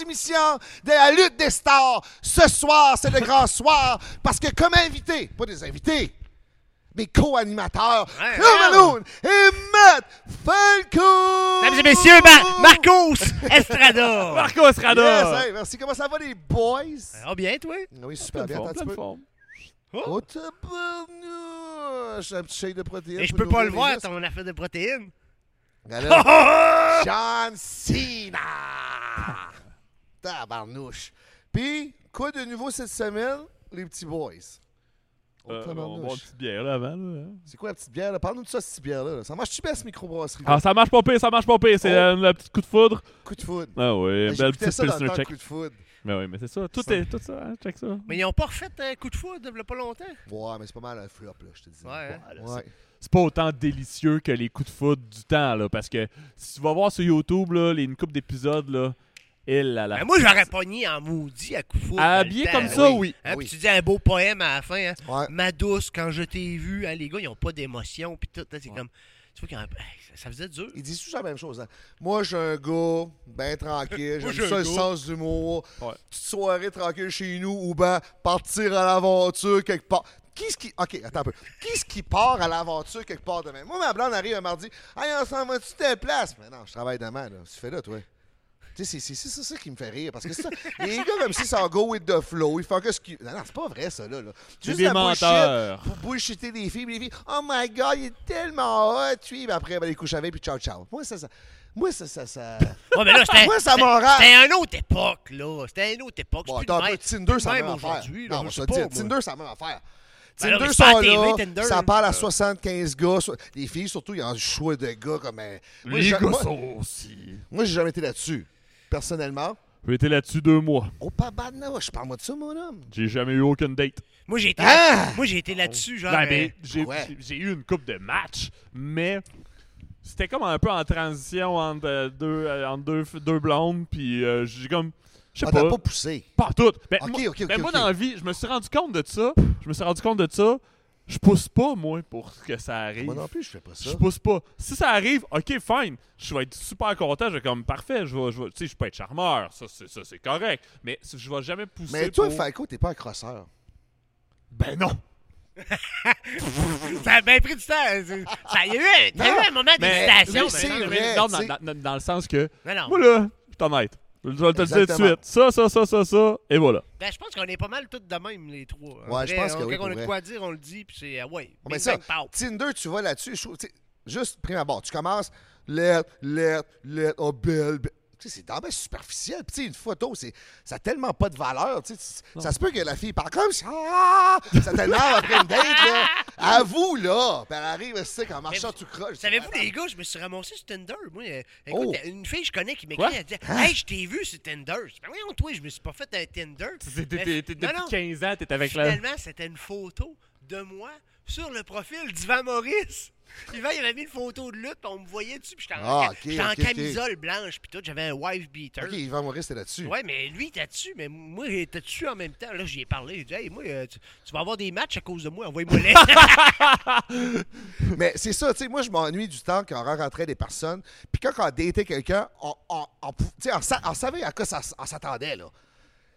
émission de la lutte des stars. Ce soir, c'est le grand soir parce que comme invités, pas des invités, mes co-animateurs, Ouais, Claude ouais. Malone et Matt Falco. Mesdames et messieurs, Mar- Marcos Estrada. Marco Estrada! Yes, hey, merci. Comment ça va les boys? Ah bien, toi? Oui, super bien. Pleine forme, Attends un pleine petit peu. forme. Oh, tabarnouche! J'ai un petit shake de protéines. Et je pour peux pas le nourrir voir, les ton affaire de protéines. muscles. Alors, John Cena! Tabarnouche! Puis, quoi de nouveau cette semaine, les petits boys? Oh, Euh, on tabarnouche. boit une petite bière là avant. là, hein. C'est quoi la petite bière? là? Parle-nous de ça, cette petite bière-là. là. Ça marche-tu bien, ce microbrasserie? Ah, ça marche pas pire, ça marche pas pire. C'est Oh. la, la petite coup de foudre. Coup de foudre. Ah oui, belle J'écoutais petite ça dans le Pilsner temps, check. coup de foudre. Mais oui, mais c'est ça. Tout, Ça- est, tout ça, hein, check ça. Mais ils ont pas refait un coup de foudre il y a pas longtemps. Ouais, mais c'est pas mal un flop, là, je te dis. Ouais, hein? Ouais. C'est pas autant délicieux que les coups de foudre du temps, là. Parce que si tu vas voir sur YouTube, là, les, une coupe d'épisodes, là, il là, là. Mais Ben, moi, j'aurais pogné en maudit à coup de foudre. dans le Ah. Habillé temps, comme là. ça, oui. oui. Hein, Oui. Puis tu dis un beau poème à la fin. Hein? Ouais. Ma douce, quand je t'ai vu, hein, les gars, ils ont pas d'émotion. Puis tout, hein, c'est Ouais. comme. Tu vois, quand- hey, ça- ça faisait dur. Ils disent toujours la même chose. hein. Moi, j'ai un gars, ben tranquille, Moi, j'aime j'ai un ça le gars. sens d'humour. Ouais. Petite soirée tranquille chez nous ou ben partir à l'aventure quelque part. Qui ce qui. Ok, attends un peu. Qui ce qui part à l'aventure quelque part demain? Moi, ma blonde arrive un mardi. Hey, on s'en va-tu telle place? Mais non, je travaille demain, là. Tu fais là, toi. Tu sais, c'est- c'est c'est ça qui me fait rire. Parce que ça, les gars, comme si ça go with the flow, ils font que ce qu'ils. Non, non, c'est pas vrai, ça, là. là. C'est Juste des la bullshit menteurs. Pour bullshitter des filles, puis les filles. Oh my god, il est tellement hot, lui. Puis après, ben, les couches avec, puis ciao, ciao. Moi, ça, ça. Moi, ça, ça. ça... Ouais, mais là, c'était. Moi, ça c'était- m'enrage. C'était une autre époque, là. C'était une autre époque. Bon, c'est plus de attends un peu. même. Tinder, plus ça de m'a même même affaire. aujourd'hui. là, Non, je ça sais pas, moi. Tinder, ça m'a même affaire. Ben Tinder, non, mais c'est pas sont à là, TV, Tinder. ça parle à 75 gars. so- Les filles, surtout, ils ont un choix de gars comme... euh, Moi, j'ai- moi- aussi. moi, j'ai jamais été là-dessus, personnellement. J'ai été là-dessus deux mois. Oh, pas bad, non. Je parle-moi de ça, mon homme. J'ai jamais eu aucune date. Moi, j'ai été, Ah! moi, j'ai été là-dessus, genre. Ouais, mais euh, Ben, j'ai ouais. j'ai- j'ai eu une coupe de match, mais c'était comme un peu en transition entre euh, deux, euh, entre deux, f- deux blondes, puis euh, j'ai comme. Je sais On pas. t'a Ah, pas poussé. Pas toutes. Ben, Ok, moi, ok, ok, ben, moi, ok. dans la vie, je me suis rendu compte de ça. Je me suis rendu compte de ça. Je pousse pas, moi, pour que ça arrive. Ah, Moi non plus, je fais pas ça. Je pousse pas. Si ça arrive, ok, fine. Je vais être super content. Je vais comme parfait. Je vais, je vais- tu sais, je peux être charmeur. Ça, c'est ça, c'est correct. Mais je vais jamais pousser. Mais toi, pour- Falco, t'es pas un crosseur. ben non. Ça a bien pris du temps. hein, C'est- Ça il y a eu, un- ça a eu un moment ben, Mais d'hésitation. oui, c'est mais non, vrai. non, tu sais. dans, dans- dans le sens que. mais non. Moi, là, je suis honnête. Je vais te le dire tout de Exactement. suite. Ça, ça, ça, ça, ça, et voilà. Ben, je pense qu'on est pas mal tous de même, les trois. Ouais, je pense que oui, Quand pour on a de vrai. quoi dire, on le dit, puis c'est. ah ouais. Mais bing, ça, bang, pow. Tinder, tu vas là-dessus. je trouve- tu sais, Juste, prime abord, tu commences. Lettre, lettre, lettre. Oh, belle, belle. Tu sais, c'est dans superficiel. Puis, tu sais, une photo, c'est, ça a tellement pas de valeur. tu sais, tu- ça se peut que la fille parle comme ça. Ah! Ça t'énerve après une date, là. À vous, là. Puis, elle arrive, tu sais, en marchant, tu croches. Savez-vous, les gars, je me suis ramassé sur Tinder. Moi, euh, Oh. Ah! écoute, une fille que je connais qui m'écrit, Quoi? elle dit Hey, je t'ai vu sur Tinder. Je dis Ben voyons, toi, je me suis pas fait un Tinder. Mais- non, non, 15 ans, t'es avec Finalement, c'était une photo de moi sur le profil d'Ivan Maurice. Ivan, il avait mis une photo de lutte, puis on me voyait dessus, puis j'étais en, Ah, ok, j'étais en ok, ok. camisole blanche, puis tout, j'avais un wife beater. OK, Yvan Maurice, t'es là-dessus. Ouais, mais lui, t'as dessus, mais moi, t'as dessus en même temps. Là, j'y ai parlé. J'ai dit, hey, moi, euh, tu, tu vas avoir des matchs à cause de moi, envoie-moi les. Mais c'est ça, tu sais, moi, je m'ennuie du temps qu'on rencontrait des personnes. Puis quand on datait quelqu'un, on, on, on pou- tu sais, on sa- on savait à quoi ça, s- on s'attendait, là.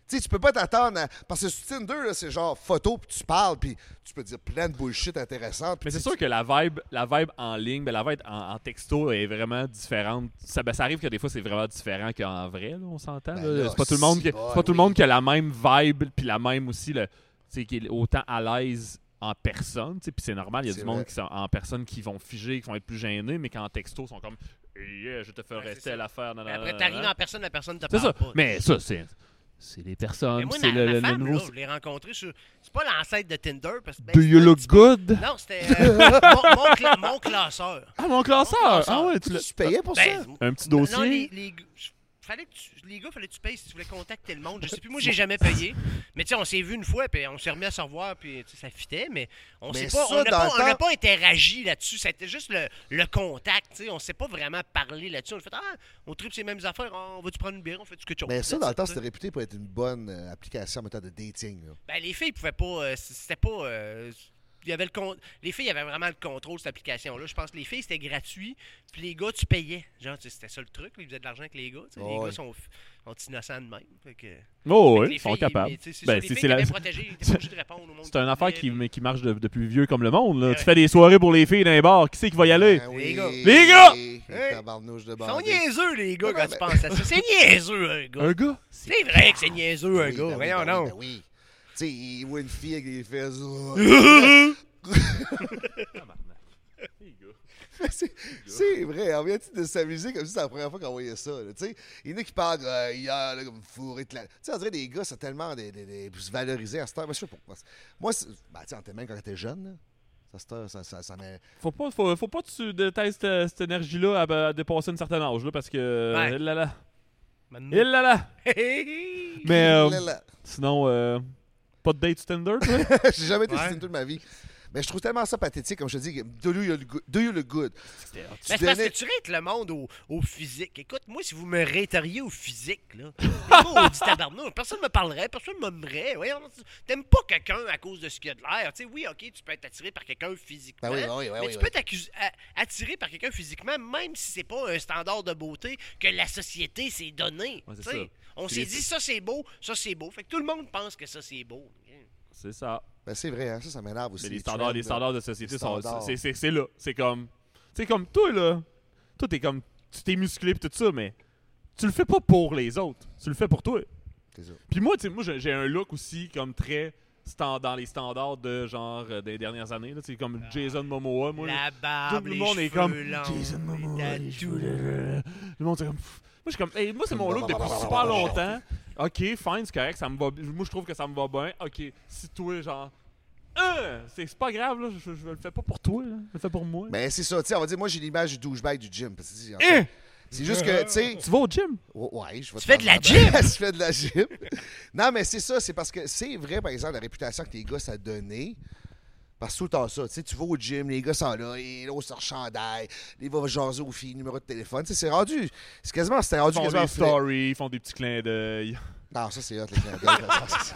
Tu sais, tu peux pas t'attendre à- Parce que sur Tinder, là, c'est genre photo, puis tu parles, puis tu peux dire plein de bullshit intéressantes. Mais c'est sûr que la vibe, la vibe en ligne, ben, la vibe en, en texto est vraiment différente. Ça, ben, ça arrive que des fois, c'est vraiment différent qu'en vrai, là, on s'entend. Ben là. là, c'est pas tout le monde qui, si, c'est bah, pas tout le oui. monde qui a la même vibe, puis la même aussi, le, tu sais, qui est autant à l'aise en personne. tu sais, Puis c'est normal, il y a C'est du monde vrai. qui sont en personne qui vont figer, qui vont être plus gênés, mais qu'en texto, ils sont comme Yeah, je te fais Ouais, Ben, c'est rester ça. à l'affaire. Mais Après, nanana. t'arrives en personne, la personne te C'est parle ça. pas. Mais ça, c'est. C'est les Mais personnes. moi, C'est ma, ma le, le- le femme, nouveau. là, je l'ai rencontrée sur... C'est pas l'ancêtre de Tinder, parce que... ben, Do c'est you un look petit peu- good? Non, c'était euh, mon, mon cla- mon classeur. Ah, mon classeur! Mon classeur. Ah ouais, tu Tu, l'as. tu payais pour Ben, ça? Un petit Non, les, dossier. les, gars- fallait que tu- les gars, fallait que tu payes si tu voulais contacter le monde. Je sais plus, moi, j'ai jamais payé. Mais tu sais, on s'est vu une fois, puis on s'est remis à se revoir, puis tu sais, ça fitait, mais on Mais s'est pas, ça, on n'a dans pas, le on n'a temps- pas interagi là-dessus. C'était juste le, le contact, tu sais. On s'est pas vraiment parlé là-dessus. On a fait, ah, on tripe ces mêmes affaires, Ah, on va-tu prendre une bière, on fait du que tu Mais ça, dans le temps, c'était réputé pour être une bonne euh, application en même temps de dating. là. Ben, les filles pouvaient pas. euh, c- c'était pas. euh, il y avait le con- les filles avaient vraiment le contrôle de cette application-là. Je pense que les filles, c'était gratuit, puis les gars, tu payais. Genre, tu sais, c'était ça le truc, là, ils faisaient de l'argent avec les gars. tu sais. Ouais. Les gars sont, sont innocents de même. Fait que- fait Oh, que oui, les ils sont filles, capables. mais tu sais, C'est Ben, ça, les c'est- filles c'est la- étaient protégées, ils étaient pas obligées de répondre au monde C'est une affaire qui, venait, mais qui marche de- depuis vieux comme le monde. Là. Ouais. Tu fais des soirées pour les filles dans les bars. Qui c'est qui va y aller? Ben Les gars. Les Les gars! gars! Hey. Tabarnouche de Ils sont bandit. niaiseux, les gars, Ouais, quand tu ben- penses à ça. C'est niaiseux, un gars. Un gars? C'est vrai que c'est niaiseux, un Oui, ben oui, gars. ben Voyons oui, donc. ben oui. Tu sais, il voit une fille avec des fesses. oh. c'est c'est vrai, on vient-tu de s'amuser comme si c'était la première fois qu'on voyait ça. là, tu sais? il y en a qui parlent euh, hier, là, comme fourré de la. Tu sais, on dirait des gars, c'est tellement des, des, des- plus valorisés à cette heure. Moi, je sais pas. pourquoi. Moi, c'est- ben, tu sais, on était même quand t'étais jeune. Là. Ça, cette heure, ça, ça, ça m'a- Faut pas, faut, faut pas que tu détestes euh, cette énergie-là à, à dépasser un certain âge, là, parce que. Ouais. euh, il là là. Maintenant- Il là là. Mais euh, Là, là. sinon, euh, pas de date sur Tinder, toi? J'ai jamais été Ouais. sur Tinder de ma vie. Mais je trouve tellement ça pathétique, comme je te dis, que do you the good. Do you the good. Tu Ben, c'est parce que donnais- tu rètes le monde au, au physique. Écoute, moi, si vous me réiteriez au physique, là, maudit tabarnouche, personne me parlerait, personne ne m'aimerait. Voyons, tu- T'aimes pas quelqu'un à cause de ce qu'il a de l'air. Tu sais, oui, OK, tu peux être attiré par quelqu'un physiquement, Ben oui, ben oui, ben mais oui, tu ben peux t'accuser- a- attiré par quelqu'un physiquement, même si c'est pas un standard de beauté que la société s'est donné. Ouais, c'est tu sais. ça. On Puis s'est les- dit, ça, c'est beau, ça, c'est beau. Fait que tout le monde pense que ça, c'est beau. C'est ça. Ben, c'est vrai, hein, ça, ça m'énerve aussi. Mais les standards, trends, les là. standards de société Les sont. standards. c'est- C'est c'est là. C'est comme. C'est comme toi, là. Toi, t'es comme. Tu t'es musclé pis tout ça, mais tu le fais pas pour les autres. Tu le fais pour toi. C'est ça. Puis moi, tu sais, moi, j'ai j'ai un look aussi comme très stand- dans les standards de genre euh, des dernières années. là. C'est comme Jason Momoa. Moi, Ah. la barbe, tout le les monde est cheveux comme longs, les Jason Momoa. les tatous. cheveux, euh, Le monde est comme. Pff. Moi, je suis comme. Hey, moi, c'est mon look depuis super longtemps. Ok, fine, c'est correct. Ça me va. Moi, je trouve que ça me va bien. Ok, si toi, genre. Hein, c'est c'est pas grave, là. Je, je le fais pas pour toi, là. Je le fais pour moi. Ben, c'est ça, tu sais, on va dire, moi, j'ai l'image du douchebag du gym. parce que, tu sais, en fait, Hein? C'est juste que, tu sais, Tu vas au gym? Oh, ouais, je vais te Tu fais de la prendre Je fais de la gym. non, mais c'est ça, c'est parce que c'est vrai, par exemple, la réputation que les gars, ça donnait. Parce que tout le temps ça, tu sais, tu vas au gym, les gars sont là, ils l'ont sur le chandail, ils vont jaser aux filles, numéro de téléphone. Tu sais, c'est rendu, c'est quasiment, c'était rendu Ils font quasiment des fla- stories, ils font des petits clins d'œil. Non, ça c'est hot, le clin d'œil. Ça, ça, ça.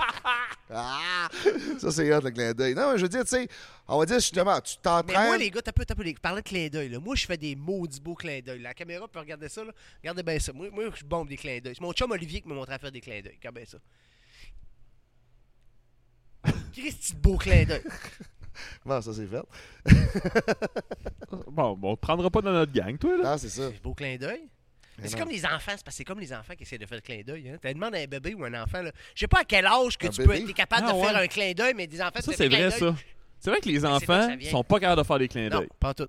Ah! Ça, c'est hot, le clin d'œil. Non, mais je veux dire, tu sais, on va dire justement, tu Mais moi, t'entraînes. les gars, t'as peu, t'as peu, les... parlant de clin d'œil, là. moi, je fais des maudits beaux clins d'œil. La caméra peut regarder ça, là. regardez bien ça. Moi, moi, je bombe des clins d'œil. C'est mon chum Olivier qui me montre à faire des clins d'œil. Regarde bien ça. Christy de beau clin d'œil. Non, ça c'est fait. Bon, bon, on te prendra pas dans notre gang, toi, là. Non, c'est ça. C'est beau clin d'œil. Mais Mais c'est non. comme les enfants, c'est parce que c'est comme les enfants qui essaient de faire le clin d'œil. Hein. T'as demandé à un bébé ou un enfant, là. je sais pas à quel âge que Un tu peux bébé? être capable Ah, de ouais. faire un clin d'œil, mais des enfants, Ça, tu fais c'est des clins vrai, d'œil. ça. C'est vrai que les c'est là que enfants ça vient. sont pas capables de faire des clins Non, d'œil. pas en tout.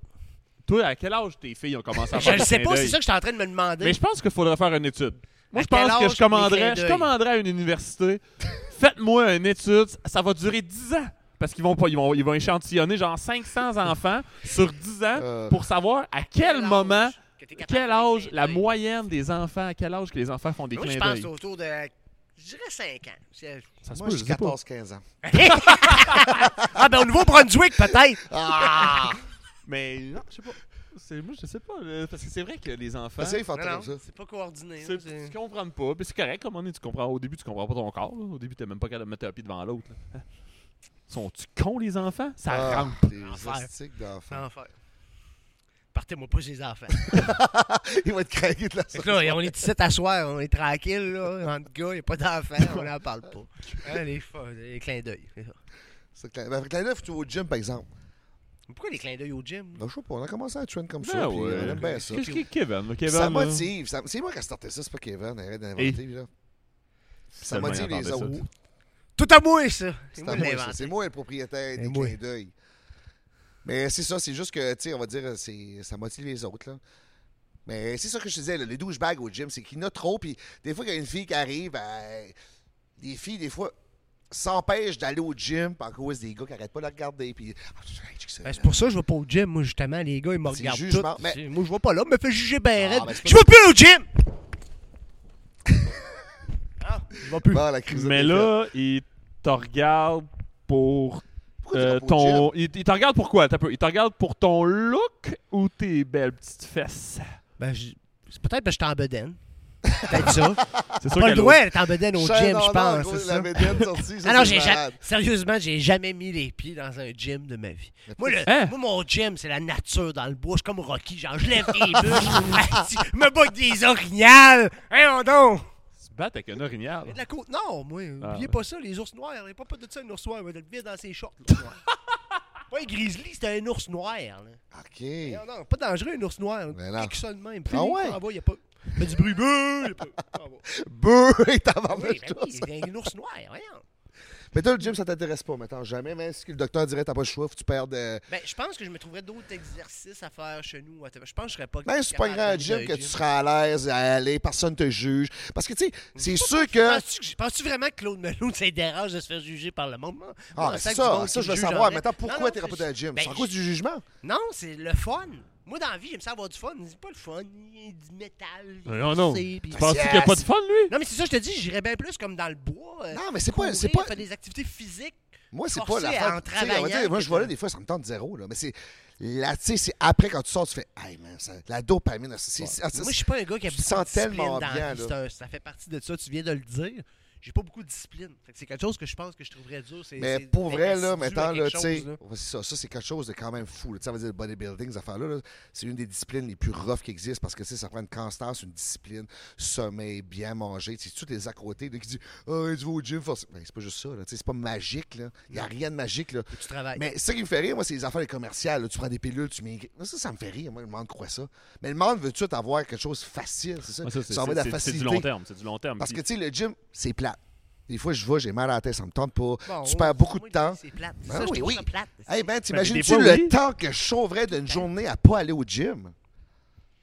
Toi, à quel âge tes filles ont commencé à Je faire le des sais clins pas, c'est d'œil? ça que je suis en train de me demander. Mais je pense qu'il faudrait faire une étude. À Moi, quel je pense que âge je les clins commanderais, je d'œil? commanderais à une université. Faites-moi une étude, ça va durer 10 ans. Parce qu'ils vont, pas, ils vont, ils vont échantillonner genre 500 enfants sur 10 ans Euh. pour savoir à quel, âge moment, que t'es capable de quel faire des âge, clins la d'œil? moyenne des enfants, à quel âge que les enfants font des Moi, clins je pense d'œil. autour de. Je dirais 5 ans. C'est- Ça se Moi, peut, j'ai je sais pas. 14-15 ans. ah, ben au Nouveau-Brunswick, peut-être. Ah! Mais non, je sais pas. C'est- Moi, je sais pas. là, parce que c'est vrai que les enfants. Parce qu'ils font Non, non, comme ça. c'est pas coordonné. C'est- là, c'est- Tu comprends pas. Puis c'est correct, comme on est, tu comprends. Au début, tu comprends pas ton corps. là. Au début, t'es même pas capable de mettre un pied devant l'autre. là. Sont-tu cons, les enfants? Ça Ah, rampe. Des Enfer. astiques d'enfants. Enfer. Partez-moi pas chez les enfants. Ils vont être craqués de la Fait sorte. que là, on est ici à soir, on est tranquille, là. Entre gars, il n'y a pas d'enfants, on n'en parle pas. Hein, les, fa- les clins d'œil. c'est ça. C'est clair. Ben, avec la neuf, tu vas au gym, par exemple. Mais Pourquoi les clins d'œil au gym? Ben, je sais pas, on a commencé à trend comme Ben ça, puis ouais. on aime bien ça. Qu'est-ce qui est Kevin? là? Kevin ça là, motive. ça- C'est moi qui a starté ça, c'est pas Kevin, arrête d'inventer, là. Ça seulement motive il les entendait autres. ça. Tout à moi, ça! C'est C'est moi à qui moi, l'ai ça. inventé. C'est moi le propriétaire Ben des Et moi. clins d'œil. Mais c'est ça, c'est juste que, tu sais, on va dire, c'est- ça motive les autres, là. Mais c'est ça que je te disais, là, les douchebags au gym, c'est qu'il y en a trop, puis des fois, quand il y a une fille qui arrive, elle- les filles, des fois, s'empêchent d'aller au gym par cause des gars qui arrêtent pas de la regarder, puis... Ah, check ça, Ben, là. c'est pour ça que je vais pas au gym, moi, justement. Les gars, ils me C'est regardent le jugement, tout. mais- C'est- Moi, je vais pas là, mais me fait juger ben Ah, raide. ben, c'est pas- Je vais plus au gym! Ah, je vais plus. Bon, la crise de Mais défaite. là, il te regarde pour Pourquoi tu euh, vas pas au gym? ton. Il, il te regarde pour quoi? T'as peu. Il te regarde pour ton look ou tes belles petites fesses? Ben, je- c'est peut-être parce que j'étais en bedaine. Peut-être ça. C'est sûr Pas le qu'elle droit d'être en bedaine au Chaîne gym, en je or, pense. gros, c'est La ça. bédaine sortie, ça, Ah non, c'est j'ai malade. jamais, sérieusement, j'ai jamais mis les pieds dans un gym de ma vie. Moi, le- Hein? moi, mon gym, c'est la nature dans le bois. Je suis comme Rocky, genre, je lève des bûches, assis, je me bats avec des orignales. Hein, donc! Tu te battre avec un orignal. De la côte nord, moi. Ah, Oubliez ouais. pas ça, les ours noirs. Il n'y a pas pas de ça, un ours noir. Il va te le virer dans ses shorts, l'ours noir. pas un grizzly, c'était un ours noir. Là. OK. Non, non, pas dangereux, un ours noir. Mais non. Quelque seulement. Ah ah ouais? ouais? il n'y a pas. Fait du bruit, beuh, il y a pas. Ah bon. Beuh, et t'as Ah vendu oui, ben oui, c'est un ours noir, voyons. Mais toi, le gym, ça t'intéresse pas, maintenant jamais. Même si le docteur dirait t'as pas le choix, faut que tu euh, perds de. Ben, je pense que je me trouverais d'autres exercices à faire chez nous. Je pense que je serais pas. Même si tu capable pognerais un d'aller dans gym, que tu seras à l'aise à aller, personne te juge. Parce que, tu sais, c'est sûr que. Penses-tu que- Penses-tu vraiment que Claude Meloun, ça dérange de se faire juger par le monde? Moi, Ah, on ben, sait c'est que du ça, monde ça, qui je veux juge en savoir. ligne. Maintenant, pourquoi Non, t'es non, pas dans le gym? ben, C'est à cause du jugement. Non, c'est le fun. Moi, dans la vie, j'aime ça avoir du fun. C'est pas le fun. Il y a du métal. il y a du Ah Non, Euh, non. C, puis- Tu penses qu'il n'y a pas de fun, lui? Non, mais c'est ça, je te dis, j'irais bien plus comme dans le bois. euh, Non, mais c'est pas. courir, C'est pas faire des activités physiques. moi, c'est pas forcer la à fin. en tu sais, on va dire, travaillant Moi, que je vois là, de- des fois, ça me tente zéro. Là, mais c'est. Là, tu sais, c'est après, quand tu sors, tu fais. Hey, man, ça- la dopamine. c'est- c'est- ah, ça, Moi, je suis pas un gars qui a tu beaucoup te sens de discipline tellement dans la bien, vie. là. C'est un- ça fait partie de ça, tu viens de le dire. J'ai pas beaucoup de discipline. Fait que C'est quelque chose que je pense que je trouverais dur. c'est- Mais c'est pour vrai, d'être là, assidu à maintenant, là, quelque tu sais, chose, là. ouais, c'est ça, ça c'est quelque chose de quand même fou. là. Tu sais, on va dire le bodybuilding, ces affaires-là, là, c'est une des disciplines les plus rough qui existent parce que, tu sais, ça prend une constance, une discipline, sommeil, bien manger. tu sais, toutes les à côté là, qui disent « Ah, tu vas au gym, forcément. Ben, c'est pas juste ça, là, tu sais, c'est pas magique, là. Il n'y a rien de magique, là. Tu travailles. Mais ça qui me fait rire, moi, c'est les affaires commerciales. là. Tu prends des pilules, tu maigris. Moi, Ça, ça me fait rire. Moi, le monde croit ça. Mais le monde veut tout avoir quelque chose de facile, c'est ça? Ouais, ça, c'est- ça en va de la c'est- C'est du facilité. long terme, c'est du long terme. Parce que, Puis- tu sais, le gym, c'est plat. Des fois, je vais, j'ai mal à la tête, ça me tente pas. Bon, tu ouais, perds beaucoup de moi, temps. C'est plate. C'est Ben ça, je oui, trouve oui. ça Ben. plate. Ah, Hey Ben, des t'imagines-tu fois, le oui. temps que je sauverais d'une journée à pas aller au gym?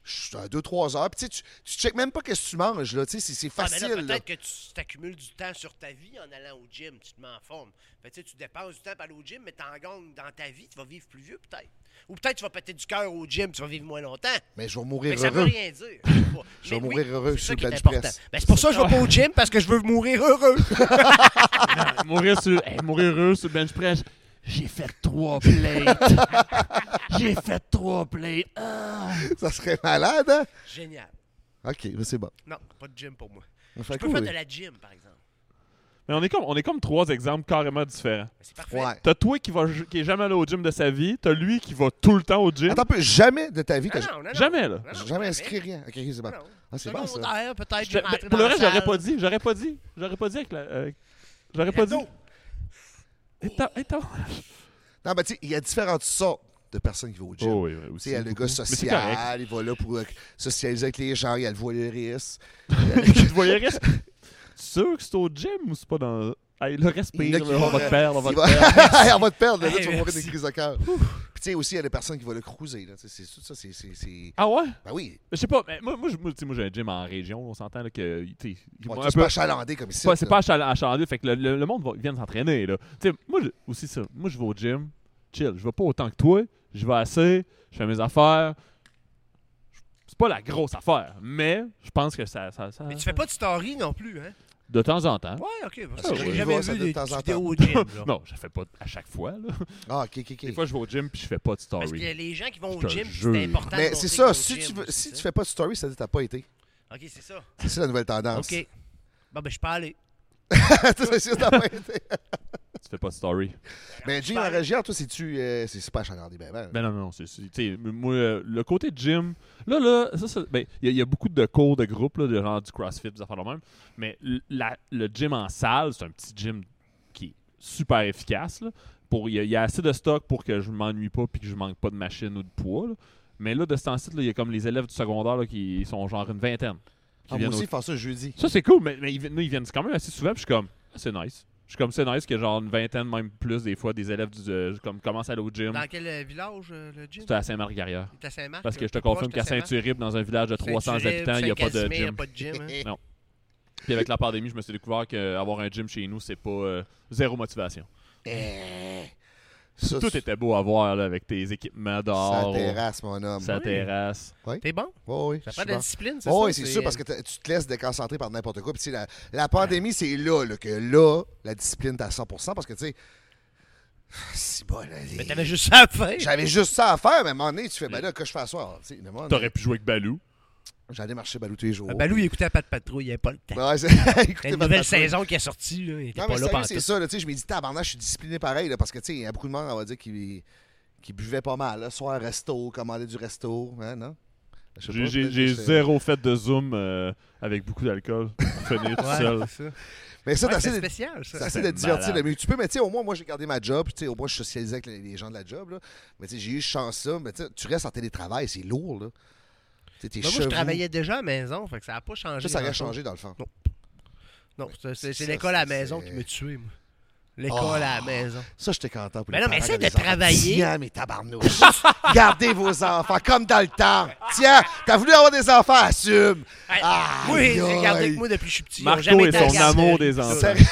Je suis à 2-3 heures. Puis tu sais, tu, tu checkes même pas qu'est-ce que tu manges, là. Tu sais, c'est- c'est Ah, mais facile. là, là. Peut-être que tu t'accumules du temps sur ta vie en allant au gym, tu te mets en forme. Fait que, tu sais, tu dépenses du temps pour aller au gym, mais t'en gagnes dans ta vie, tu vas vivre plus vieux peut-être. Ou peut-être tu vas péter du cœur au gym, tu vas vivre moins longtemps. Mais je vais Mais mourir ça veut heureux. rien dire. Je sais pas. Je vais Mais oui, mourir heureux, c'est je ça suis qui est plein de important. stress. Ben, c'est pour ça que je vais pas au gym, parce que je veux mourir heureux. mourir sur, hey, mourir heureux sur le bench press. J'ai fait trois plates. J'ai fait trois plates. Ah. Ça serait malade, hein? Génial. OK, mais c'est bon. Non, pas de gym pour moi. Fait Je que peux faire oui. de la gym, par exemple. Mais on est, comme, on est comme trois exemples carrément différents. Mais C'est parfait. Ouais. T'as toi qui, va, ju- qui est jamais allé au gym de sa vie. T'as lui qui va tout le temps au gym. Attends un peu, jamais de ta vie, Ah Non, t'as non, non, non. jamais, là. Non, non, jamais inscrit rien. OK, c'est bon. Non. Ah, c'est bon, ça. Secondaire, peut-être. Je- ben, pour le reste, j'aurais pas dit. J'aurais pas dit. J'aurais pas dit avec la. euh, j'aurais pas dit. Et ta- et ta- Non, mais tu sais, il y a différentes sortes de personnes qui vont au gym. Oh, oui, oui, Tu sais, aussi, il y a le beaucoup. gars Mais c'est correct. social, il va là pour euh, socialiser avec les gens, il y a le voyeuriste. Tu voyais reste. Sûr que c'est au gym ou c'est pas dans. Hey, le Il y respire, en a qui là, on vont- euh, va te perdre, on va Il te va- perdre. on va te perdre, là, Hey, tu vas mourir merci. des crises de cœur. Puis tu sais, aussi, il y a des personnes qui vont le cruiser. Là. Tu sais, C'est tout ça, c'est... c'est- c'est- Ah ouais? Ben oui, Je sais pas, mais moi, moi, je- moi, tu sais, moi, j'ai un gym en région, on s'entend là, que. tu sais, bon, un c'est peu- pas achalandé comme ici. Ouais, c'est là. pas achal- achalandé, fait que le, le- le monde va, vient de s'entraîner. là. Tu sais, moi, je- aussi ça. Moi, je vais au gym, chill. Je vais pas autant que toi. Je vais assez, je fais mes affaires. C'est pas la grosse affaire, mais je pense que ça. ça, ça- Mais tu fais pas de story non plus, hein? De temps en temps. Ouais, ok. Parce Ah, que ça, j'ai oui. jamais Ouais, ça, vu de des temps en temps. vidéos au gym. là. Non, je fais pas à chaque fois. Là. Ah, ok, ok, Des ok. fois, je vais au gym puis je fais pas de Parce que story. les gens qui vont Je au te gym, jure. c'est important. de Mais montrer c'est qu'ils vont ça, au si gym tu, veux- aussi, si tu tu sais. fais pas de story, ça dit que t'as pas été. Ok, c'est ça. C'est ça la nouvelle tendance. Ok. Bon, ben, je peux aller. c'est sûr que t'as pas été. Tu fais pas de story. Mais Jim, en Super. région, toi, c'est-tu... euh, c'est c'est pas achalandé, ben ben. Ben non, non, c'est. c'est- tu sais, moi, euh, le côté gym, là, là, ça, ça- ben, il y, a- il y a beaucoup de cours de groupe, là, de genre du CrossFit, des affaires de même. Mais l- la- le gym en salle, c'est un petit gym qui est super efficace. là. Pour- Il y, a- il y a assez de stock pour que je m'ennuie pas puis que je manque pas de machine ou de poids. là. Mais là, de ce temps-ci, là, il y a comme les élèves du secondaire là, qui sont genre une vingtaine. qui Ah, moi viennent au- aussi, ils font ça jeudi. Ça, c'est cool, mais, mais ils, vi- nous, ils viennent quand même assez souvent, puis je suis comme, ah, c'est nice. Je suis comme, c'est nice que genre une vingtaine, même plus, des fois, des élèves du, euh, comme, commencent à aller au gym. Dans quel euh, village, euh, le gym? C'était à Saint-Marc-Carrière. T'es à Saint-Marc? Parce que là, je te t'es proche confirme de qu'à Saint-Marc? Saint-Uribe, dans un village de 300 Saint-Turibe, habitants, il n'y a pas de Saint-Casimir, y a gym. pas de gym. hein. Puis avec la pandémie, je me suis découvert qu'avoir un gym chez nous, c'est pas euh, zéro motivation. Eh, Ça, Tout était beau à voir là, avec tes équipements Ça dehors, euh, terrasse, mon homme. sa terrasse. T'es bon? Oh, oui, Ça je prend suis de la bon. discipline, c'est Oh, ça? oui, c'est sûr, parce que t'as- tu te laisses déconcentrer par n'importe quoi. Puis, tu sais, la, la pandémie, c'est là, là, que là, la discipline, t'as 100 parce que, tu sais, c'est bon. là, les- Mais euh, t'avais Mm. juste ça à faire. J'avais juste ça à faire, mais à un moment donné, tu fais, ben là, que je fais à soir? Tu sais, le monde- T'aurais pu jouer avec Balou. J'allais marcher Balou tous les jours. Ben, Balou, il écoutait Pat Patrouille, il n'y avait pas le temps. Ouais, c'est- Il y a Écoutez, une votre nouvelle patrouille. saison qui est sortie, là, il était Non, pas mais là sérieux, pendant c'est ça. Là, tu sais, je me dis, tabarnak, je suis discipliné pareil. Là, parce que, tu sais, il y a beaucoup de monde, on va dire, qui, qui buvait pas mal. Là, soir, resto, commander du resto. Hein, non? Je sais J'ai- pas, euh, J'ai peut-être j'ai que c'est- zéro fait de zoom euh, avec beaucoup d'alcool pour finir tout seul. Mais ça, Ouais, t'as c'est assez de- spécial, ça. t'as assez de c'est divertir le malade. mieux que tu peux. Mais, tu sais, au moins, moi, j'ai gardé ma job. puis, Tu sais, au moins, je socialisais avec les, les gens de la job. Là. Mais, tu sais, j'ai eu chance ça. Mais, tu sais, tu restes en télétravail, c'est lourd. Là. Tu sais, tes Ben, moi, je chevaux- travaillais déjà à la maison, fait que ça n'a pas changé. Ça, ça aurait grand-chose. changé, dans le fond. Non, c'est- c'est c'est Ça, l'école à la c'est- maison c'est- qui m'a tué, moi. L'école à la Oh. maison. Ça, j'étais content pour Mais les non, mais parents essaie qui avaient de des enfants. travailler. Tiens, mes tabarnouches. Gardez vos enfants comme dans le temps. Tiens, t'as voulu avoir des enfants, assume. Ah, aïe. oui, regardez que moi depuis que je suis petit. ils ont Marco jamais et été à la son amour garderie, des tout ça. enfants. Sérieux,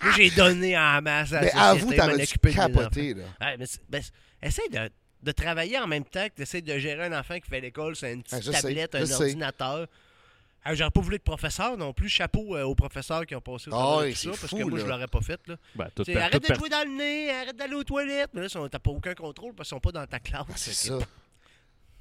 Moi, j'ai donné en masse à la mais société. avoue, je m'en t'aurais dû occupais de mes enfants. capoter, là. Ouais, mais c'est- ben, c'est- essaie de, de travailler en même temps que d'essayer de gérer un enfant qui fait l'école sur une Ah, petite je sais, tablette, je un sais. ordinateur. Ah, J'aurais pas voulu être professeur non plus. Chapeau euh, aux professeurs qui ont passé au Ah, travers de ouais, tout c'est ça, parce fou, que moi, là. je l'aurais pas fait. Là. Ben, toute T'sais, per- arrête toute de te per- jouer dans le nez, arrête d'aller aux toilettes. Mais là, sont- t'as pas aucun contrôle parce qu'ils sont pas dans ta classe. Ah, c'est Fait que- ça.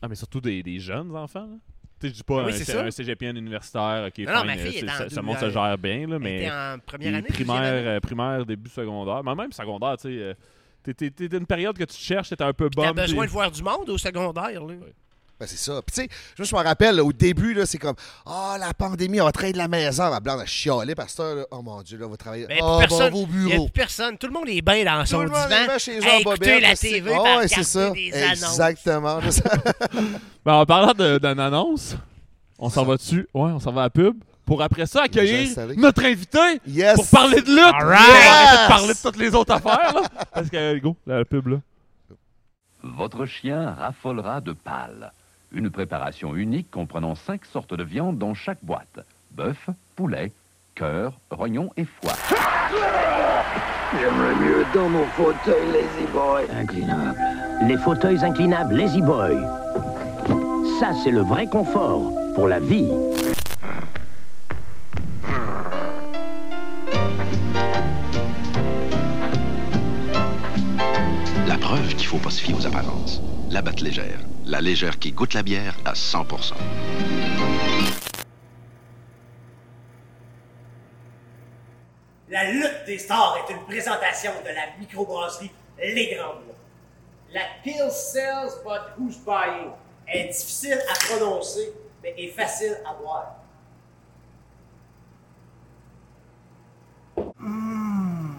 Ah, mais surtout des, des jeunes enfants. là. Tu sais, je dis pas Ah oui, un, c'est cé- ça. un cégepien universitaire, ok, Non, non, fine, ma fille euh, est c'est- en ça, ça deux- monte, ça gère bien, là, Elle mais était en première les année, deuxième année. primaire, euh, primaire, début secondaire, mais même secondaire, tu sais, euh, t'es- t'es t'es dans une période que tu te cherches, t'es un peu T'as bum. besoin puis- de voir du monde au secondaire. Là. Ben, c'est ça. Puis, tu sais, je me- je me rappelle, là, au début, là, c'est comme Ah, la pandémie, on va travailler de la maison. Ma blonde a chialé, pasteur. Là. Oh mon Dieu, là, vous travaillez. Ben, oh, plus personne. bon, vos Il n'y a bureaux. plus personne. Tout le monde est bien dans Tout son le monde est divan. là chez eux à en écouter bobette, la là, c'est- TV, Ah, puis à ouais, c'est ça. regarder des annonces. Exactement. je sais. Ben, en parlant de- d'une annonce, on s'en va dessus, ouais, on s'en va à la pub, pour après ça accueillir installé. notre invité yes. pour parler de lutte. All right. Ouais, arrêtez Yes. de parler de toutes les autres affaires, là. Parce que, euh, go, la pub, là. Votre chien raffolera de pâle. Une préparation unique comprenant cinq sortes de viande dans chaque boîte. Bœuf, poulet, cœur, rognon et foie. J'aimerais mieux dans mon fauteuil, Lazy Boy. Inclinable. Les fauteuils inclinables Lazy Boy. Ça, c'est le vrai confort pour la vie. La preuve qu'il faut pas se fier aux apparences. La batte légère. La légère qui goûte la bière à 100%. La lutte des stars est une présentation de la microbrasserie Les Grandes Lois. La pill sells but who's buying est difficile à prononcer, mais est facile à boire. Mmh.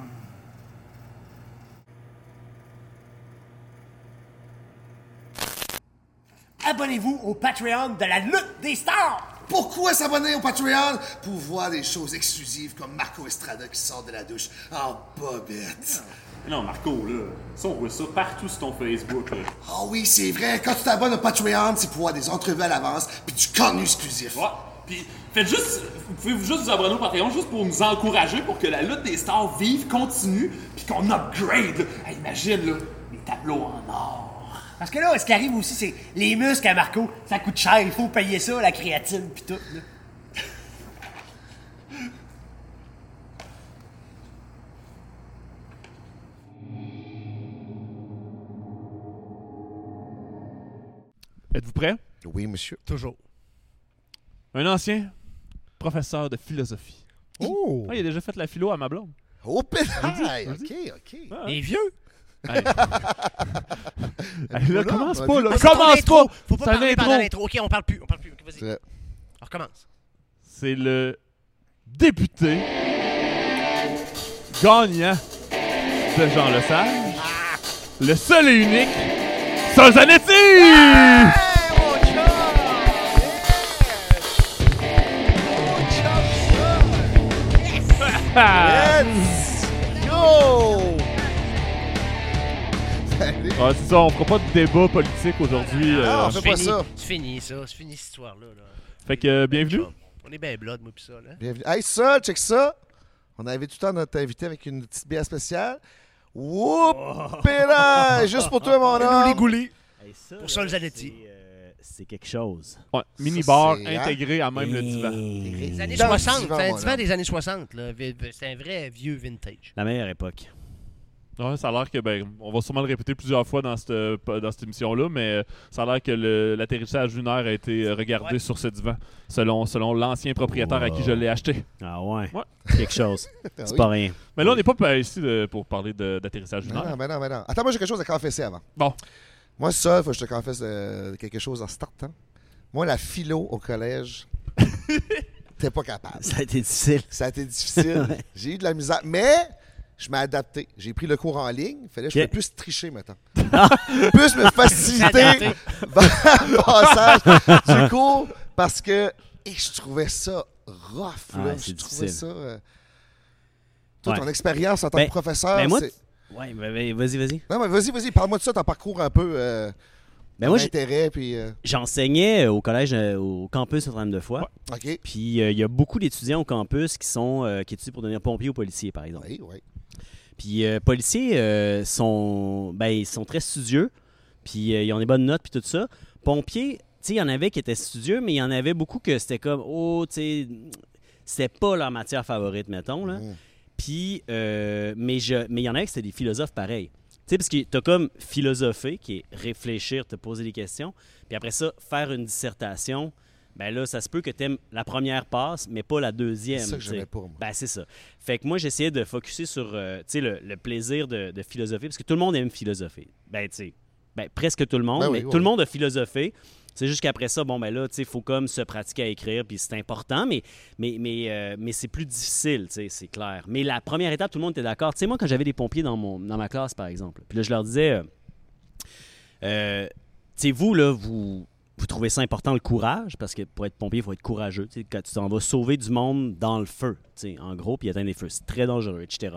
Abonnez-vous au Patreon de la lutte des stars! Pourquoi s'abonner au Patreon pour voir des choses exclusives comme Marco Estrada qui sort de la douche en bobette? Non, Marco, là, ça, on voit ça partout sur ton Facebook, là. Ah oui, c'est vrai, quand tu t'abonnes au Patreon, c'est pour voir des entrevues à l'avance puis du contenu exclusif. Ouais. Puis, faites juste, vous pouvez juste vous abonner au Patreon juste pour nous encourager, pour que la lutte des stars vive, continue, puis qu'on upgrade. là. Hey, imagine, là, les tableaux en or. Parce que là, ce qui arrive aussi, c'est les muscles à Marco, ça coûte cher, il faut payer ça, la créatine pis tout. Là. Êtes-vous prêts? Oui, monsieur. Toujours. Un ancien professeur de philosophie. Oh! Ah, il a déjà fait la philo à ma blonde. Au pétail! Ok, ok. Les vieux! Hey. Hey, là, Voilà, commence on a pas, vu là. Vas-y, Ah, ton Commence intro. pas. Faut pas C'est un parler pendant intro. l'intro. OK, on parle plus. On parle plus. OK, C'est vas-y. vrai. On recommence. C'est le député gagnant de Jean Lesage. Le seul et unique Sol Zanetti! Ah! Let's go! Salut. Ah, c'est ça, on fera pas de débat politique aujourd'hui. euh, Ah, on C'est fait pas fini. ça. C'est fini, ça. C'est fini, cette histoire-là. là. fait que euh, bienvenue. On est bien blood, moi, pis ça. Là. Bienvenue. Hey, ça, check ça. On avait tout le temps notre invité avec une petite bière spéciale. Whoop! pétail! Juste pour toi, mon homme. Pour ça, les Zanetti. euh, C'est quelque chose. Ouais, mini-bar c'est- hein? intégré à même le divan. Les années Dans le 60. divan, C'est un mon divan homme. des années 60. là. Vi- C'est un vrai vieux vintage. La meilleure époque. Ouais, ça a l'air que, ben, on va sûrement le répéter plusieurs fois dans cette, euh, dans cette émission-là, mais euh, ça a l'air que le- l'atterrissage lunaire a été euh, regardé sur ce divan, selon selon l'ancien propriétaire à qui je l'ai acheté. Ah ouais. Ouais. Quelque chose. Ah C'est oui. pas rien. Mais là, on n'est pas euh, ici de- pour parler de- d'atterrissage Non, lunaire. Ben non, mais non, mais non. Attends, moi, j'ai quelque chose à confesser avant. Bon. Moi, ça, faut que je te confesse euh, quelque chose en startant. Moi, la philo au collège, t'es pas capable. Ça a été difficile. Ça a été difficile. J'ai eu de la misère. Mais je m'ai adapté. J'ai pris le cours en ligne. Fallait que je Ok. Ah! peux plus tricher maintenant. plus me faciliter S'adapter. le passage du cours parce que et je trouvais ça rough. là. Ouais, je c'est trouvais difficile. ça. euh, Toi, Ouais. ton expérience en tant Ben, que professeur. ben moi, Ah, c'est- Ouais, ben, ben, vas-y, vas-y. Non, mais vas-y, vas-y, parle-moi de ça, ton parcours un peu. Euh, Ben moi, j'ai- d'intérêt, puis. euh, j'enseignais au collège, euh, au campus au de fois. OK. Puis euh, il y a beaucoup d'étudiants au campus qui sont euh, qui étudient pour devenir pompier ou policier, par exemple. Oui, oui. Puis euh, policiers euh, sont, ben, ils sont très studieux, puis euh, ils ont des bonnes notes, puis tout ça. Pompiers, tu sais, il y en avait qui étaient studieux, mais il y en avait beaucoup que c'était comme, oh, tu sais, c'était pas leur matière favorite, mettons. Là. Mhm. Puis, euh, mais je- mais il y en avait qui c'était des philosophes pareils. Tu sais, parce que t'as comme philosopher, qui est réfléchir, te poser des questions, puis après ça, faire une dissertation. Ben là, ça se peut que t'aimes la première passe, mais pas la deuxième. C'est ça que tu sais. j'aimais pas, moi. Ben, c'est ça. Fait que moi, j'essayais de focuser sur euh, tu sais, le, le plaisir de, de philosopher, parce que tout le monde aime philosopher. Ben, tu sais, ben, presque tout le monde, Ben oui, mais oui, tout le oui. monde a philosophé. C'est juste qu'après ça, bon, ben là, tu sais, faut comme se pratiquer à écrire, puis c'est important, mais, mais, mais, euh, mais c'est plus difficile, tu sais, c'est clair. Mais la première étape, tout le monde était d'accord. Tu sais, moi, quand j'avais des pompiers dans, mon, dans ma classe, par exemple, puis là, je leur disais, euh, euh, tu sais, vous, là, vous, vous trouvez ça important le courage, parce que pour être pompier, il faut être courageux. Tu sais, quand tu t'en vas sauver du monde dans le feu, tu sais, en gros, puis éteindre les feux, c'est très dangereux, etc.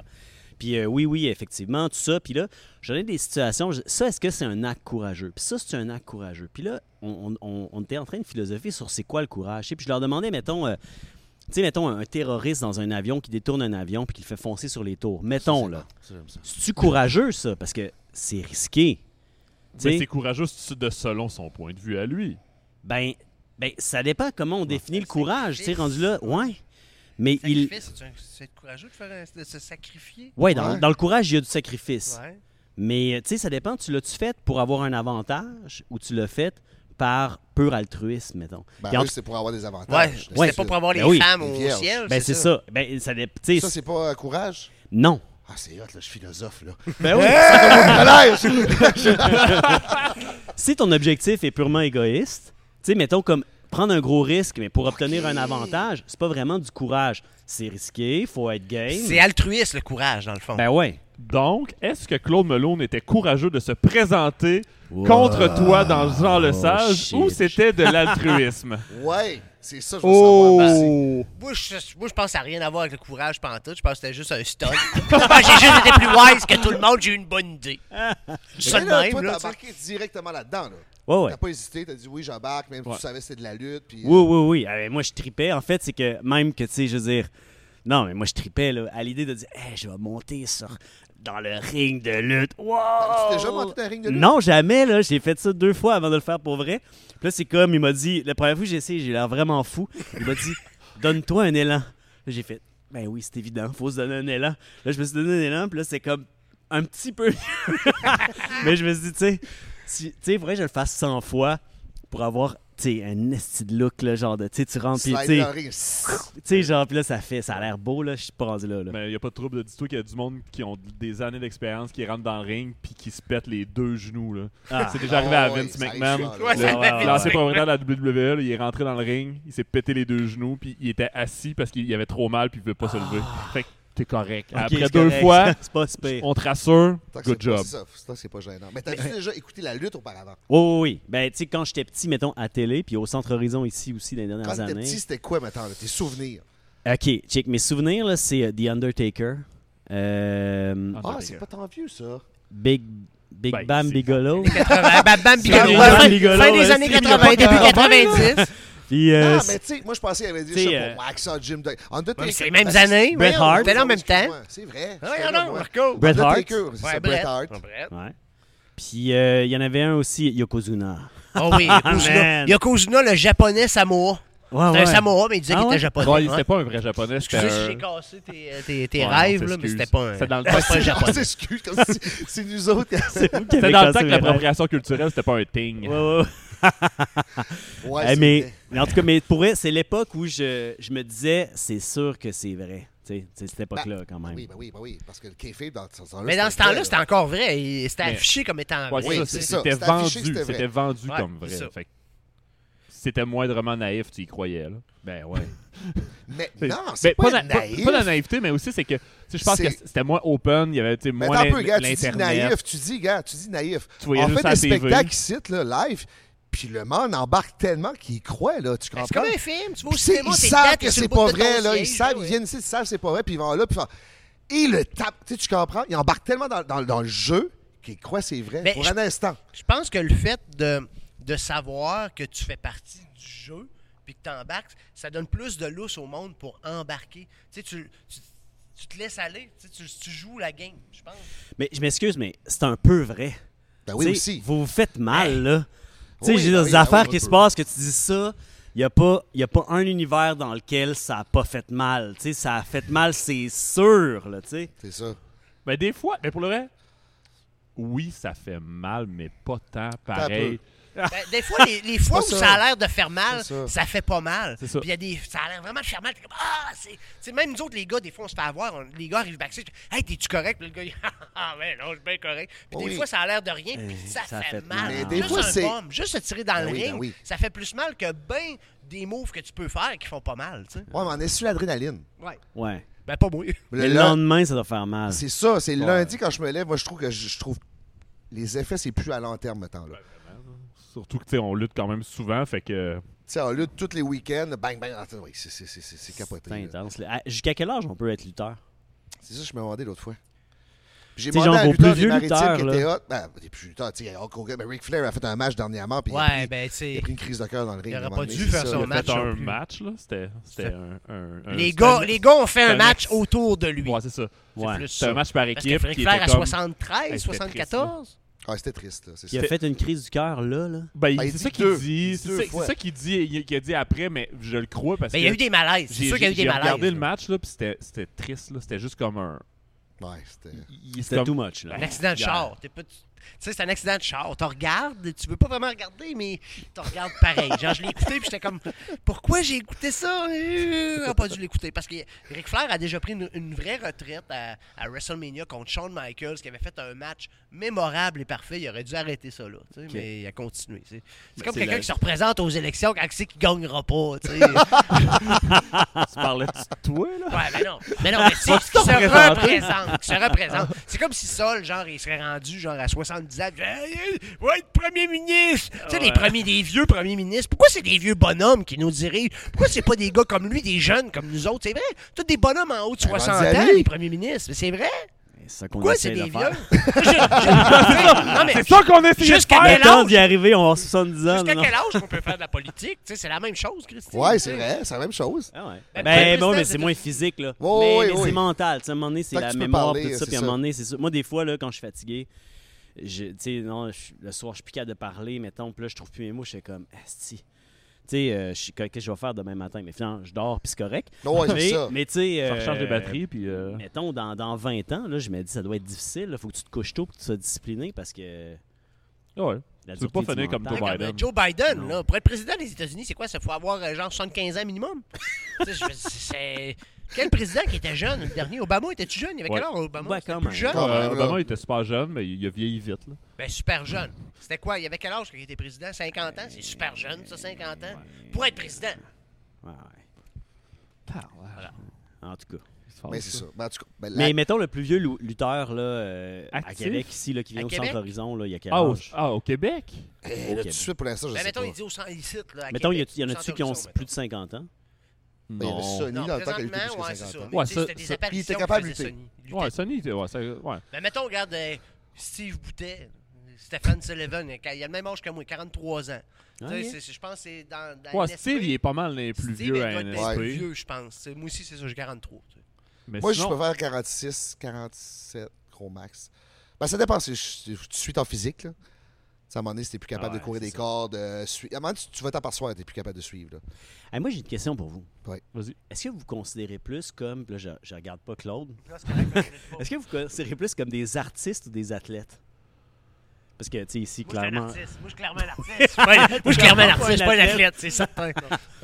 Puis euh, oui, oui, effectivement, tout ça. Puis là, j'en ai des situations. je- Ça, est-ce que c'est un acte courageux? Puis ça, c'est un acte courageux. Puis là, on, on- on- on était en train de philosopher sur c'est quoi le courage. tu sais. Puis je leur demandais, mettons, euh, tu sais, mettons, un terroriste dans un avion qui détourne un avion puis qui le fait foncer sur les tours. Mettons, là. Ça, j'aime ça. C'est-tu courageux, ça? Parce que c'est risqué. Tu sais? Mais ben, c'est courageux de selon son point de vue à lui. Ben, ben ça dépend comment on définit le courage, tu sais, sacrifice. rendu là. Ouais. Mais il. Sacrifice, c'est un- c'est courageux de, faire un- de se sacrifier. Ouais, dans, Ouais. dans le courage, il y a du sacrifice. Ouais. Mais, euh, tu sais, ça dépend. Tu l'as-tu fait pour avoir un avantage ou tu l'as fait par pur altruisme, mettons? Ben, Puis en eux, tout- c'est pour avoir des avantages. Ouais, je c'était sais. pas pour avoir les Ben oui. femmes Les au vierges. ciel. ben, c'est ça. Ben, ça dépend. tu sais, Ça, c'est pas euh, courage? Non. Ah, c'est hot, là, je suis philosophe, là. Ben oui. Collège! si ton objectif est purement égoïste, tu sais, mettons comme prendre un gros risque, mais pour obtenir un avantage, c'est pas vraiment du courage. C'est risqué, faut être game. C'est altruiste le courage, dans le fond. Ben ouais. Donc, est-ce que Claude Melone était courageux de se présenter contre toi dans Jean le Sage shit. ou c'était de l'altruisme? ouais, c'est ça, je veux savoir. Oh! Ben, merci. Moi, je, moi, je pense que ça n'a rien à voir avec le courage pantoute. Je pense que c'était juste un stunt. Je pense que j'ai juste été plus wise que tout le monde. J'ai eu une bonne idée. Je dis ça Mais de là, même, toi, là, t'as tu sais. embarqué directement là-dedans, là. Ouais, ouais. T'as pas hésité, t'as dit oui, j'embarque, même si Ouais. tu savais que c'était de la lutte. Puis, Oui, oui, oui. Euh, moi, je tripais. En fait, c'est que même que, tu sais, je veux dire. Non, mais moi, je tripais là, à l'idée de dire Hey, je vais monter sur... dans le ring de lutte. Wow! Tu t'es déjà monté dans un ring de lutte? Non, jamais. là. J'ai fait ça deux fois avant de le faire pour vrai. Puis là, c'est comme, il m'a dit La première fois que j'ai essayé, j'ai l'air vraiment fou. Il m'a dit Donne-toi un élan. Là, j'ai fait Ben oui, c'est évident, faut se donner un élan. Là, je me suis donné un élan, puis là, c'est comme un petit peu. Mais je me suis dit, tu sais, si- tu sais, il faudrait que je le fasse 100 fois pour avoir, tu sais, un esti de look, là, genre de, tu sais, tu rentres, puis, Slide tu dans sais, le ring. tu sais, genre, puis là, ça fait, ça a l'air beau, là, je suis pas rendu là, là. Mais il n'y a pas de trouble de dis-toi qu'il y a du monde qui ont des années d'expérience, qui rentrent dans le ring puis qui se pètent les deux genoux. Là. Ah. C'est déjà arrivé à Ah ouais, Vince ça arrive McMahon. souvent, là. Ouais, ça arrive le- L'ancien souvent. propriétaire de la WWE, là, il est rentré dans le ring, il s'est pété les deux genoux puis il était assis parce qu'il avait trop mal puis il ne pouvait pas se lever. Ah. Fait que t'es correct. Ok, Après c'est deux correct. fois, c'est pas si pire. on te rassure, Tant que good c'est pas job. ça, tant que c'est pas gênant. Mais t'as-tu déjà écouté la lutte auparavant? Oui, oui, oui. Ben, tu sais, quand j'étais petit, mettons, à télé, puis au Centre Horizon ici aussi, dans les dernières Quand t'étais années. petit, c'était quoi, maintenant, là, tes souvenirs? Ok, check. Mes souvenirs, là, c'est euh, The Undertaker, euh, Ah, Ah, d'accord. c'est pas tant vieux, ça. Big, Big Ben, Bam c'est- Bigelow. 80, bam, bam, Bam, bigolo. bam, Fin- bigolo, Fin des ouais, années c'est 80, pas début grave. 90. Puis, euh, Ah, mais tu sais, moi, je pensais qu'il avait dit, je T'sais, sais euh, pas, Wax on Jim Duggan. Undertaker- mais c'est les mêmes Ah, c'est- années, Merde, Bret Hart. oui, C'était en même excuse-moi, temps. C'est vrai. Ah, j'étais non, là, non, moi. Marco. Bret Hart. Undertaker, c'est ça, Bret Hart. Bret. ouais. Puis, euh, il y en avait un aussi, Yokozuna. Oh oui, Yokozuna. man. Yokozuna, le japonais Samoa. C'était un samouraï, mais il disait qu'il était japonais. Ouais, il- c'était ouais. pas un vrai japonais. c'était Excusez un- si j'ai cassé tes, euh, tes, tes Ouais, on rêves, là, mais s'excuse. c'était pas un. C'était dans le c'était temps- pas un On japonais. s'excuse, comme si c'est nous autres. qui- C'était dans le temps que l'appropriation culturelle, c'était pas un thing. Ouais, ouais, ouais. Ouais, Eh, c'est mais, vrai. mais en tout cas, mais pour vrai, c'est l'époque où je, je me disais, c'est sûr que c'est vrai. Tu sais, c'est cette époque-là, quand même. Oui, ben oui, ben oui, parce que le kayfabe dans ce temps-là. Mais dans ce c'était vrai, temps-là, c'était encore vrai. Il- C'était Mais- affiché comme étant Ouais, vrai. Oui, c'est ça, c'est c'est- ça. C'était C'était affiché que vendu, c'était vrai. c'était vendu Ouais, comme c'est vrai. ça. Fait que c'était moindrement naïf, tu y croyais. Là. Ben ouais. Mais C'est- non, c'est ben, pas, na- naïf. pas de naïveté, mais aussi c'est que tu sais, je pense que C'est- c'était moins open, il y avait tu sais, Mais moins attends un peu, gars, l'in- tu dis l'internet. naïf, tu dis, gars, tu dis naïf. Tu voyais En juste fait, à la les TV. spectacles ici, là, live, puis le monde embarque tellement qu'il croit, là, tu C'est comprends? comme un film. Tu vas au Puis c'est- cinéma, ils t'es savent dedans, que t'es sur c'est le bout pas de ton vrai, là. Ils siège, savent, ouais. ils viennent ici, ils savent que c'est pas vrai, puis ils vont là, puis ils font- Ils le tapent, tu sais, tu comprends? Ils embarquent tellement dans, dans- dans le jeu qu'ils croient que c'est vrai Ben, pour je- un instant. Je pense que le fait de, de savoir que tu fais partie du jeu puis que tu embarques, ça donne plus de lousse au monde pour embarquer. Tu sais, tu, tu, tu te laisses aller, tu, sais, tu, tu joues la game, je pense. Mais je m'excuse, mais c'est un peu vrai. Ben oui, T'sais, aussi. Vous vous faites mal, là. Tu sais, Oui, j'ai ben des oui, ben affaires oui, un qui se peu. passent que tu dis ça. Il n'y a, pas- y a pas un univers dans lequel ça n'a pas fait mal. Tu sais, ça a fait mal, c'est sûr, là, tu sais. C'est ça. Ben des fois, mais pour le vrai, oui, ça fait mal, mais pas tant pareil. Ben, des fois, les, les fois où C'est ça. ça. a l'air de faire mal, C'est ça. ça. fait pas mal. C'est ça. Puis il y a des, ça a l'air vraiment de faire mal. T'es comme, ah, c'est. tu sais, même nous autres, les gars, des fois, on se fait avoir. on- les gars arrivent backstage. Hey, t'es-tu correct? Puis le gars, il, ah, ben non, je suis bien correct. Puis Oui. des fois, ça a l'air de rien. Puis Euh, ça, fait, mal. Mais des Juste fois, un c'est- bum, Juste se tirer dans Ben le oui, ben ring, oui. ça fait plus mal que ben des moves que tu peux faire qui font pas mal. tu sais. Ouais, mais on est sur l'adrénaline. Ouais. Ouais. Ben, pas moi. Le Mais le lend- lendemain, ça doit faire mal. C'est ça, c'est le lundi quand je me lève, moi je trouve que je, je trouve les effets c'est plus à long terme maintenant là. Surtout que tu sais, on lutte quand même souvent, fait que Tu sais, en lutte tous les week-ends, bang bang, attends, oui, c'est c'est- c'est- c'est- c'est capoté. C'est là. intense. là. À- Jusqu'à quel âge on peut être lutteur? C'est ça que je me demandais l'autre fois. Puis J'ai T'sais, demandé genre, à vos un lutteur plus des vieux maritimes qui lutteurs, était hot. Ben, des plus lutteurs, tu sais, Hulk Hogan, mais Ric Flair a fait un match dernièrement, puis il a Ouais, pris- ben, tu sais, il a pris une crise de cœur dans le ring. il à un aurait moment pas donné, dû c'est faire ça, là. son il a fait match non un plus. match là, c'était c'était un, un- un- Les c'était gars, un- les gars ont fait c'était un match ex- autour de lui. Ouais, c'est ça. Ouais. plus C'était ça. un match par Parce que équipe Frédéric qui Flair était à comme 73, Hey, c'était triste, 74. Ah, c'était triste, là, c'est Il a ça. fait une crise du cœur, là, là. Ben, Ben, il c'est dit ça qu'il deux. Il dit. dit C'est deux ça- fois. c'est ça qu'il dit, qu'il a dit après, mais je le crois parce Mais que. Ben, il y a eu des malaises. C'est J'ai sûr qu'il y a eu des j'ai malaises. regardé le là. match, là, puis c'était- c'était triste, là. C'était juste comme un. Ouais, c'était. il- C'était comme- too much, là. Un accident de Hier. char. T'es pas- Tu sais, c'est un accident de char. T'en regardes, tu veux pas vraiment regarder, mais t'en regardes pareil. Genre, je l'ai écouté, puis j'étais comme, pourquoi j'ai écouté ça? Euh, On a pas dû l'écouter. Parce que Ric Flair a déjà pris une, une vraie retraite à, à WrestleMania contre Shawn Michaels, qui avait fait un match mémorable et parfait. Il aurait dû arrêter ça, là. tu sais, Mais il a continué. tu sais. C'est Ben, comme c'est quelqu'un la- qui se représente aux élections quand il sait qu'il gagnera pas. tu sais. Tu parlais-tu de toi, là? Ouais, mais non. Mais non, mais si, qui se représente. Qui se représente. C'est comme si Sol, genre, il serait rendu, genre, à 70 ans. puis, Hey, hey, ouais, le premier ministre. Tu sais, les premiers, des vieux premiers ministres. Pourquoi c'est des vieux bonhommes qui nous dirigent? Pourquoi c'est pas des gars comme lui, des jeunes comme nous autres? C'est vrai. Tous des bonhommes en haut de Ben, 60 ans, rendus à lui. les premiers ministres. Mais c'est vrai. C'est ça qu'on Pourquoi c'est essaie des de vieux? faire. Je- je- non, mais C'est ça qu'on essayait de Jusqu'à faire! Le quel temps d'y âge? arriver, on va 70 ans. Jusqu'à non? quel âge qu'on peut faire de la politique? Tu sais, c'est la même chose, Christine. Ouais, tu c'est sais. vrai, c'est la même chose. Ah ouais. Ben, ben, Ben, ben ouais, c'est mais c'est tout- moins physique, là. Oh, mais oui, mais oui. c'est mental. Tu sais, à un moment donné, Tant c'est que la tu peux mémoire, parler, tout ça. c'est Puis à un ça. moment donné, c'est ça. Moi, des fois, là, quand je suis fatigué, je- tu sais, non, je- le soir, je suis plus capable de parler, mettons. Puis là, je trouve plus mes mots. Je suis comme, asti. Tu sais, euh, je sais qu'est-ce que je vais faire demain matin. Mais finalement, je dors, puis c'est correct. Non, ouais, c'est mais, ça. mais tu sais. Ça recharge euh, les batteries, puis. euh, Mettons, dans, dans 20 ans, là, je me dis, ça doit être difficile. Il faut que tu te couches tôt, que tu sois discipliné parce que. Ouais. la Tu veux dureté pas du finir comme mental- Joe Comme, Biden. euh, Joe Biden, Non. là, pour être président des États-Unis, c'est quoi? Ça faut avoir euh, genre 75 ans minimum. Tu sais, je veux dire, c'est- Quel président qui était jeune, le dernier? Obama était-tu jeune? Il avait Ouais. quel âge, Obama? Ouais, C'était quand plus même. jeune? Quand Euh, même, là. Obama il était super jeune, mais il a vieilli vite. Là. Ben, super jeune. C'était quoi? Il avait quel âge quand il était président? 50 ans? C'est super jeune, ça, 50 ans? Pour être président. Ouais, ouais. Voilà. En tout cas. Mais c'est ça. Ben, en tout cas, ben, la- Ah, Mais mettons le plus vieux lou- lutteur là, euh, à Actif. Québec, ici, là, qui vient À au Québec? Oh, Centre Horizon, là, il y a quel Ah, au, âge? ah, au Québec? Eh, là, tout de suite pour l'instant, je Ben, sais mettons, pas. il dit au centre ici, là, à mettons, il y, a- Québec, il y en au a-tu centre qui ont Horizon, plus de 50 ans? Ben, Il y avait Sony mettons. dans Non, le temps qu'elle luttait présentement, ouais, jusqu'à c'est ça. 50 ans. Mais Ouais, tu sais, ça- c'était des ça- il était apparitions capable de qu'il faisait, Sony. Ouais, Sony, t'es- ouais, ça- ouais. Ben, mettons, regarde euh, Steve Boutet, Stéphane Sullivan, il a le même âge que moi, 43 ans. Tu sais, Ah, yeah. c'est- c'est- Je pense que c'est dans, dans Ouais, NSP. Steve, il est pas mal les plus Steve, vieux il à doit être NSP. plus vieux, je pense. C'est- Moi aussi, c'est ça, j'ai 43. tu sais. Mais Moi, je sinon, préfère 46, 47, gros max. Ben, ça dépend si je, si tu suis en physique, là. Ça, à un moment donné, si t'es plus capable Ah de ouais, courir c'est des ça. cordes, euh, sui- à un moment donné, tu, tu vas t'apercevoir que t'es plus capable de suivre. là. Hey, moi, j'ai une question pour vous. Ouais. Vas-y. Est-ce que vous considérez plus comme. Là, je, je regarde pas Claude. Non, c'est correct, je regarde pas. Est-ce que vous considérez plus comme des artistes ou des athlètes? Parce que, tu sais, ici, Moi, je suis un clairement. artiste. Moi, je suis clairement un artiste. Ouais, Moi, je suis clairement un artiste, je suis pas un athlète, c'est certain.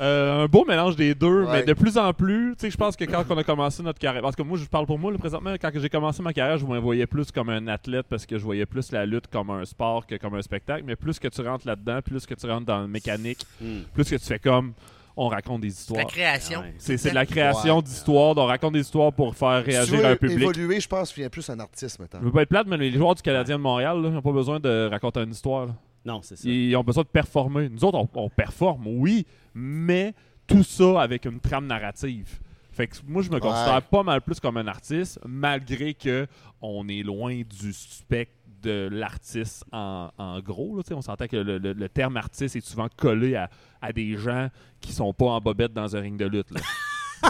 Euh, un beau mélange des deux, Ouais. mais de plus en plus, tu sais, je pense que quand on a commencé notre carrière, parce que moi, je parle pour moi, là, présentement, quand j'ai commencé ma carrière, je me voyais plus comme un athlète parce que je voyais plus la lutte comme un sport que comme un spectacle, mais plus que tu rentres là-dedans, plus que tu rentres dans le mécanique, Hmm. plus que tu fais comme on raconte des histoires. la création. C'est c'est de la création d'histoires, on raconte des histoires pour faire Si tu réagir veux un public. évoluer, je pense, tu viens plus un artiste maintenant. Je veux pas être plate, mais les joueurs du Canadien de Montréal, là, ils n'ont pas besoin de raconter une histoire. là. Non, c'est ça. Ils ont besoin de performer. Nous autres, on, on performe, oui, mais tout ça avec une trame narrative. Fait que moi, je me considère pas mal plus comme un artiste, malgré que on est loin du spectre de l'artiste en, en gros. là. Tu sais, on s'entend que le, le- le terme artiste est souvent collé à, à des gens qui sont pas en bobette dans un ring de lutte. là.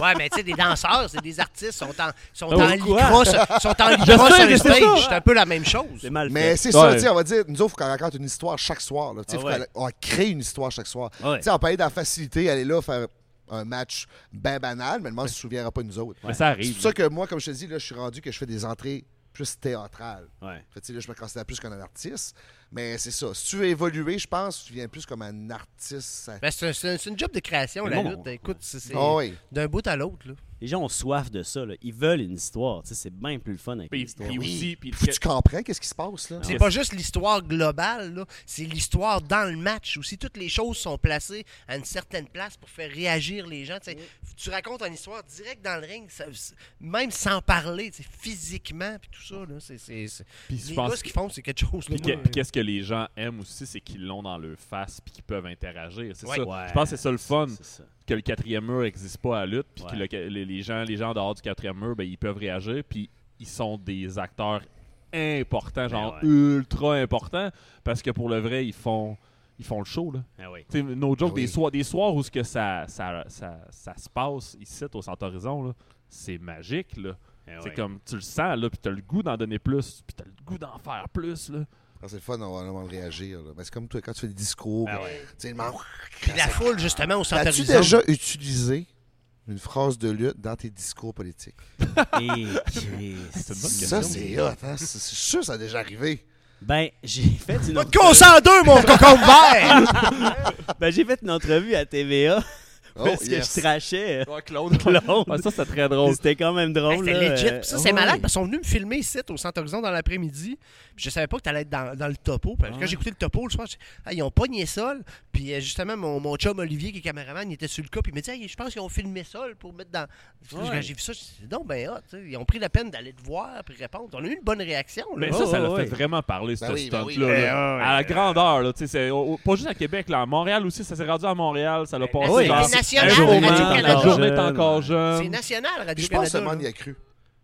Ouais, mais tu sais, des danseurs, c'est des artistes, sont en, sont Ah en oui, quoi? lycra, sur- sont en lycra Je sais, sur mais le c'est ça. stage. C'est un peu la même chose. C'est mal Mais c'est ça, tu sais, on va dire, nous autres, il faut qu'on raconte une histoire chaque soir. Là, tu sais, Ah faut ouais. qu'on- on crée une histoire chaque soir. Ah ouais. Tu sais, on peut aller dans la facilité, aller là, faire un match ben banal, mais le monde ne se souviendra pas de nous autres. Mais ça arrive. C'est pour ça que moi, comme je te dis, là, je suis rendu que je fais des entrées plus théâtrales. Ouais. Fait, que, tu sais, là, je me considère plus qu'un artiste, mais c'est ça. Si tu veux évoluer, je pense, tu viens plus comme un artiste. Ben, c'est un- c'est un- c'est une job de création, Mais la non, lutte. on- Écoute, c'est c'est Ah oui. d'un bout à l'autre. là. Les gens ont soif de ça. Là. Ils veulent une histoire. Tu sais, c'est bien plus le fun avec Puis- une histoire. puis aussi- puis- Faut que tu comprends qu'est-ce qui se passe, là. Ah, C'est pas juste l'histoire globale, là, c'est l'histoire dans le match aussi. Toutes les choses sont placées à une certaine place pour faire réagir les gens. tu sais. Tu racontes une histoire direct dans le ring, ça- même sans parler, tu sais, physiquement, puis tout ça. Là, c'est, c'est- c'est- Puis je les pense gars, ce qu'ils font, c'est quelque chose. là, Puis que- moi, puis qu'est-ce que les gens aiment aussi, c'est qu'ils l'ont dans leur face puis qu'ils peuvent interagir. C'est Ouais. ça. Ouais. Je pense que c'est ça le fun, que le quatrième mur n'existe pas à la lutte, puis que le- les, les gens, les gens en dehors du quatrième mur, ben, ils peuvent réagir, puis ils sont des acteurs importants, genre ouais. ultra importants, parce que pour le vrai, ils font... Ils font le show, là. Ah oui. T'sais, No joke, Ah oui. des, soirs, des soirs où ce que ça, ça, ça, ça se passe ici, au Centre Horizon, là, c'est magique, là. Ah c'est ouais. comme, tu le sens, là, puis t'as le goût d'en donner plus, puis t'as le goût d'en faire plus, là. Ah, C'est le fun, on va on va réagir. là. Ben, c'est comme toi, quand tu fais des discours. Ah ben, ouais. tu sais, le monde- Puis la foule, justement, au Centre As-tu Horizon. déjà utilisé une phrase de lutte dans tes discours politiques? Eh, ça, c'est hot. Hein? C'est c'est sûr que ça a déjà arrivé. Ben, j'ai fait une. te casser en deux, mon cocon de vert! ben, j'ai fait une entrevue à TVA. Oh, parce yes. que je trachais. Ouais, Claude. Ah, ça, c'est très drôle. Puis C'était quand même Hey, drôle. Ben, c'était là. legit. Euh, Puis ça, c'est ouais. malade. Parce qu'ils sont venus me filmer ici au Centre Horizon dans l'après-midi. Puis Je savais pas que t'allais être dans, dans le topo. Parce que Ouais. quand j'ai écouté le topo le soir, j'ai dit, Ah, ils ont pogné ça. là. Puis euh, justement, mon, mon chum Olivier, qui est caméraman, il était sur le cas. Puis il me dit Hey, Je pense qu'ils ont filmé ça là, pour mettre dans. Puis Ouais. Quand j'ai vu ça, j'ai dit Non, ben, ah, tu sais, ils ont pris la peine d'aller te voir puis répondre. On a eu une bonne réaction. là. Mais Oh, ça, ça l'a fait vraiment parler, Ben ce stunt-là. là. Ben, ah, à la grandeur, là, tu sais, c'est- au- au- pas juste à Québec, là, à Montréal aussi, ça s'est rendu à Montréal, ça l'a passé. Ben, c'est genre, national, un jour, Radio man, Canada. la journée est encore jeune. euh, C'est national, Radio-Canada. Je pense que le là. monde y a cru.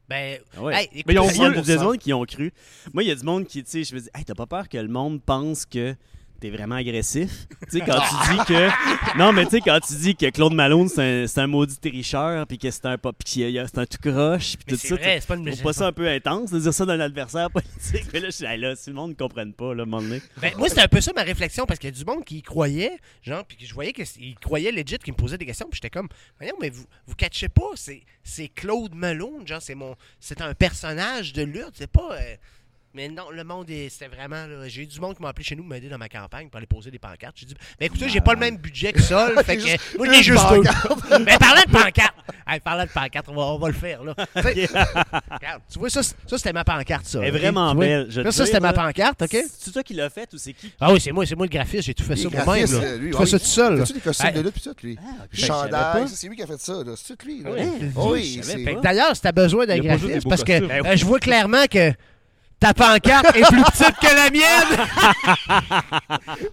Ben, Ah ouais. hey, écoute, mais ils ont il y a cent pour des cent. gens qui ont cru. Moi, il y a du monde qui, tu sais, je me dis, hey, t'as pas peur que le monde pense que t'es vraiment agressif? tu sais, quand tu dis que. Non, mais tu sais, quand tu dis que Claude Malone, c'est un, c'est un maudit tricheur, puis que c'est un pop, puis qu'il y a- c'est un tout croche, puis Mais tout c'est ça. vrai, tu- c'est pas une je trouve méchante- pas ça un peu intense de dire ça d'un adversaire politique. Mais là, je suis là, là, si le monde ne comprenne pas, là, à un moment donné. Ben, moi, c'était un peu ça ma réflexion, parce qu'il y a du monde qui y croyait, genre, puis que je voyais qu'ils croyaient legit, qui me posait des questions, puis j'étais comme, voyons, mais vous, vous catchez pas, c'est, c'est Claude Malone, genre, c'est mon, c'est un personnage de lutte, c'est pas. euh, mais non, le monde, est- c'était vraiment. là, j'ai eu du monde qui m'a appelé chez nous m'aider dans ma campagne pour aller poser des pancartes. J'ai dit, ben écoutez, j'ai pas le même budget que ça, là, fait que Juste euh, moi, j'ai une juste deux. pancarte. Mais parlant de pancarte, hey, parlant de pancarte, on va, on va le faire, là. Tu sais, regarde, tu vois, ça, c'est- ça, c'était ma pancarte, ça. Elle est ok? vraiment Tu vois? belle. je Là, te ça, dis, c'était ma là. pancarte, OK? C'est toi qui l'as faite ou c'est qui? Ah oui, c'est moi, c'est moi le graphiste, j'ai tout fait Il ça est moi-même. graphiste, là. lui. Je Ah, fais ça il- tout seul. là. Fais-tu des costumes Ben, de lutte, puis tout, lui? ok. Ben, je savais Chandail, pas. ça, c'est lui qui a fait ça, là. C'est tout lui, là. Oui. Oui, Fait c'est... que D'ailleurs, si t'as besoin d'un Il y a pas juste des graphiste, beaux parce que costumes. euh, je vois clairement que ta pancarte est plus petite que la mienne.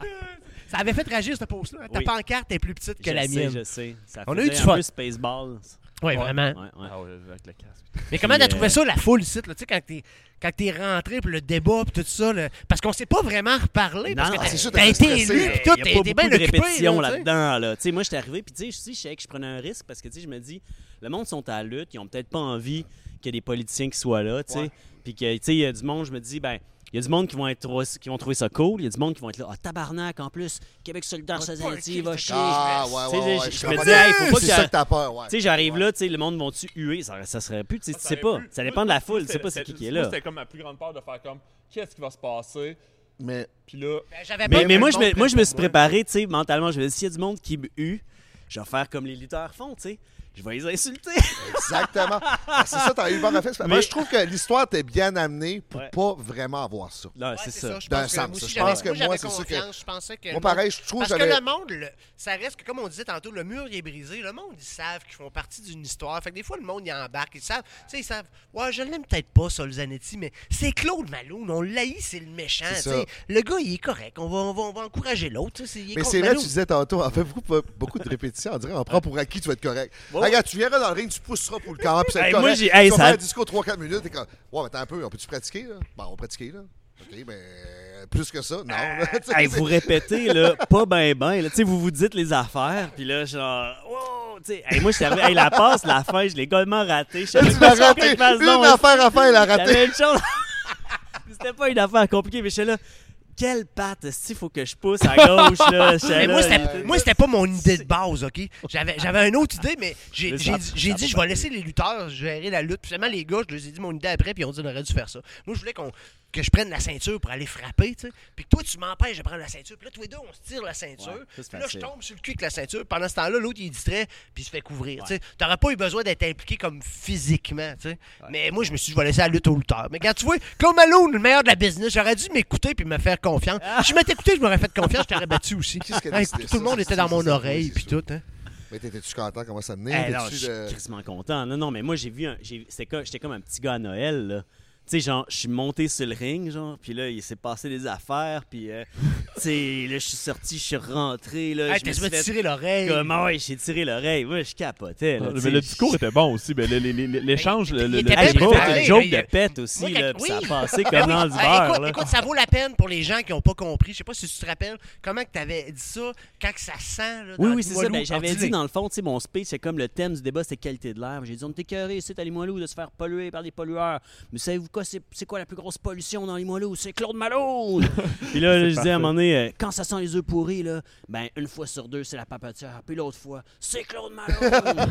Ça avait fait réagir, ce post-là. hein. Ta Oui. pancarte est plus petite que Je la sais, mienne. Je sais, Ça On a eu faisait du un fun. peu Spaceballs. Ouais, vraiment. Ah ouais, avec le casque. Mais comment Puis, t'as euh, trouvé ça, la foule ici, là, tu sais, quand t'es. Quand t'es rentré, puis le débat, puis tout ça, là, parce qu'on s'est pas vraiment reparlé, parce Non, que ah, t'as c'est sûr, t'as t'as été stressé, élu, là. puis tout, Il y a t'es pas t'es bien beaucoup de occupé. répétitions là, tu sais. là-dedans. Là. Tu sais, Moi, j'étais arrivé, puis tu sais, je- si, je savais que je prenais un risque parce que tu sais, je me dis, le monde sont à la lutte, ils ont peut-être pas envie qu'il y ait des politiciens qui soient là. tu sais. Puis que, tu sais, il y a du monde, je me dis, ben, Il y a du monde qui vont, être, qui vont trouver ça cool. Il y a du monde qui vont être là. Ah, tabarnak, en plus, Québec solidaire society va chier. Ah, ouais, ouais, Tu sais, ouais, je- je Je me comprends. dis, hey, faut pas C'est ça que t'as peur, ouais. Tu sais, j'arrive là, tu sais, le monde vont-tu huer Ça, ça serait plus, Ah, tu sais, tu sais pas. Ça dépend de la foule. Tu sais pas c'est qui qui est Moi, là. C'était comme ma plus grande peur de faire comme qu'est-ce qui va se passer. Mais. Puis là. Ben, j'avais Mais, mais moi, je me, moi, je me suis préparé, tu sais, mentalement. Je me dis, s'il y a du monde qui me hue, je vais faire comme les lutteurs font, tu sais. Je vais les insulter. Exactement. Ben, c'est ça, t'as eu le bon réflexe. Moi, Mais- je trouve que l'histoire t'es bien amenée pour Ouais. pas vraiment avoir ça. Là, c'est ça. Dans le Je pense que sens, moi Ben, ça, aussi, je pense j'avais- que moi, moi, j'avais c'est ça que- confiance. Je pensais que. le Moi, pareil, monde- je trouve Parce j'avais- que le monde, le- ça reste que, comme on disait tantôt, le mur il est brisé. Le monde, ils savent qu'ils font partie d'une histoire. Fait que des fois, le monde, il embarque. Ils savent. Tu sais, ils savent. Ouais, je l'aime peut-être pas, Solzanetti, mais c'est Claude Malone. On l'haït, c'est le méchant. C'est tu sais. ça. Le gars, il est correct. On va, on va, on va encourager l'autre. tu sais, il est Mais contre c'est vrai, tu Malone. disais tantôt, on fait beaucoup, beaucoup de répétitions. On dirait, on prend pour acquis, tu vas être correct. Ouais. Regarde, tu viendras dans le ring, tu pousseras pour le camp, puis c'est Hey, correct. moi, j'ai- tu hey, vas ça- faire un discours 3-4 minutes, t'es comme, ouais, mais attends un peu, on peut-tu pratiquer, là? Ben, on va pratiquer, là. OK, mais plus que ça, non. là. Tu sais, Euh, Hey, c'est- vous répétez, là, pas ben ben. là. Tu sais, vous vous dites les affaires, puis là, genre, wow, tu sais. Hey, moi, je suis arrivé, hey, la passe, la fin, je l'ai complètement raté. Tu l'as raté. Une affaire à faire, il l'a raté. J'avais une chose. Puis C'était pas une affaire compliquée, mais je suis là. Quelle patte, est-ce qu'il faut que je pousse à gauche, là? Mais J'étais là, moi, il- c'était, moi, c'était pas mon idée de base, OK? J'avais, j'avais une autre idée, mais j'ai, Mais j'ai, ça- dit- j'ai ça dit, va je pas vais laisser les lutteurs gérer la lutte. Puis finalement, les gars, je leur ai dit mon idée après, puis ils ont dit, on aurait dû faire ça. Moi, je voulais qu'on, que je prenne la ceinture pour aller frapper, tu sais. Puis que toi, tu m'empêches de prendre la ceinture. Puis là, tous les deux, on se tire la ceinture. Ouais, ça, c'est puis là, je facile. tombe sur le cul avec la ceinture. Pendant ce temps-là, l'autre, il est distrait, puis il se fait couvrir, tu sais. T'aurais pas eu besoin d'être impliqué comme physiquement, tu sais. Mais moi, je me suis dit, je vais laisser la lutte aux lutteurs. Mais quand tu vois, Claude Malone, le meilleur de la business, j'aurais dû m'écouter puis me faire confiance. Ah! Si je m'étais écouté, je m'aurais fait confiance, je t'aurais battu aussi. Qu'est-ce qu'elle Hey, décidait Ah, tout le ça? monde était dans C'est mon ça, oreille, c'est puis sûr. tout. Hein. Mais t'étais-tu content comment ça venait? Hey, non, je T'étais-tu suis de- crissement content. Non, non, mais moi, j'ai vu un. j'ai- c'était co- J'étais comme un petit gars à Noël, là. Tu sais, genre, je suis monté sur le ring, genre, puis là, il s'est passé des affaires, puis, euh, tu sais, là, je suis sorti, je suis rentré, là. Hey, je t'es me suis supposé fait- Ah, tirer l'oreille. Comme, ah ouais, j'ai tiré l'oreille. Moi, je capotais, là. Ah, tu sais, mais le je- discours était bon aussi. ben, mais le- le- le- le- L'échange, le, le, Ben, était le Hey, bien j'ai débat, préparé. fait Hey, une joke hey, de euh, pète aussi, moi, là, quand- puis ça a oui. passé Ben comme oui. dans Euh, du beurre, écoute, là. écoute, ça vaut la peine pour les gens qui n'ont pas compris. Je sais pas si tu te rappelles comment que t'avais dit ça quand que ça sent. Là, Oui, dans oui, c'est ça. Limoilou, Ben, J'avais dis-les. dit, dans le fond, tu sais, mon speech, c'est comme le thème du débat, c'est qualité de l'air. J'ai dit, on est écœurés ici à Limoilou de se faire polluer par des pollueurs. Mais savez-vous quoi, c'est c'est quoi la plus grosse pollution dans Limoilou? C'est Claude Malone! Puis là, je disais à un moment donné, euh, quand ça sent les œufs pourris, là, ben, une fois sur deux, c'est la papetière. Puis l'autre fois, c'est Claude Malone!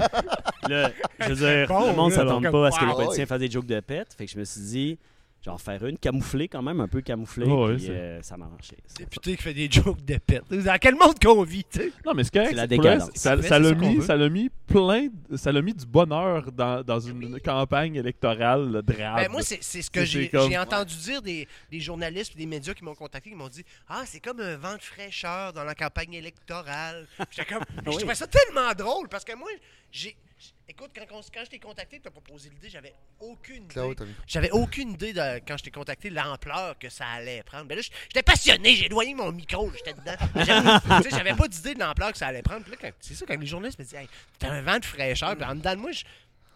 là, je veux dire, Bon, le monde là, s'attend donc, pas à ce que les wow. politiciens fassent des jokes de pète. Fait que je me suis dit, genre, faire une camouflée quand même, un peu camouflée. Ouais, puis, c'est- euh, ça m'a marché. ça. Député qui fait des jokes de pète. Dans quel monde qu'on vit, tu sais? Non, mais c'est C'est correct. la c'est pour vrai, décadence. Ça C'est ça vrai, l'a c'est ce qu'on mis, veut. ça l'a mis plein, de- ça l'a mis du bonheur dans, dans une campagne électorale là, Ah, drabe. Ben, moi, c'est c'est ce que C'est- j'ai c'est comme- j'ai entendu dire des, des journalistes et des médias qui m'ont contacté, qui m'ont dit Ah, c'est comme un vent de fraîcheur dans la campagne électorale. Puis J'étais comme Je trouvais ça tellement drôle parce que moi, j'ai. j'- Écoute, quand, on- quand je t'ai contacté, tu as proposé l'idée, j'avais aucune idée. Claude, t'as vu? J'avais aucune idée de, quand je t'ai contacté l'ampleur que ça allait prendre. Mais là, j- j'étais passionné, j'ai éloigné mon micro, là, j'étais dedans. Mais j'avais- tu sais, J'avais pas d'idée de l'ampleur que ça allait prendre. Puis là, quand- c'est ça, quand les journalistes me disaient hey, T'as un vent de fraîcheur, puis en dedans de moi, je,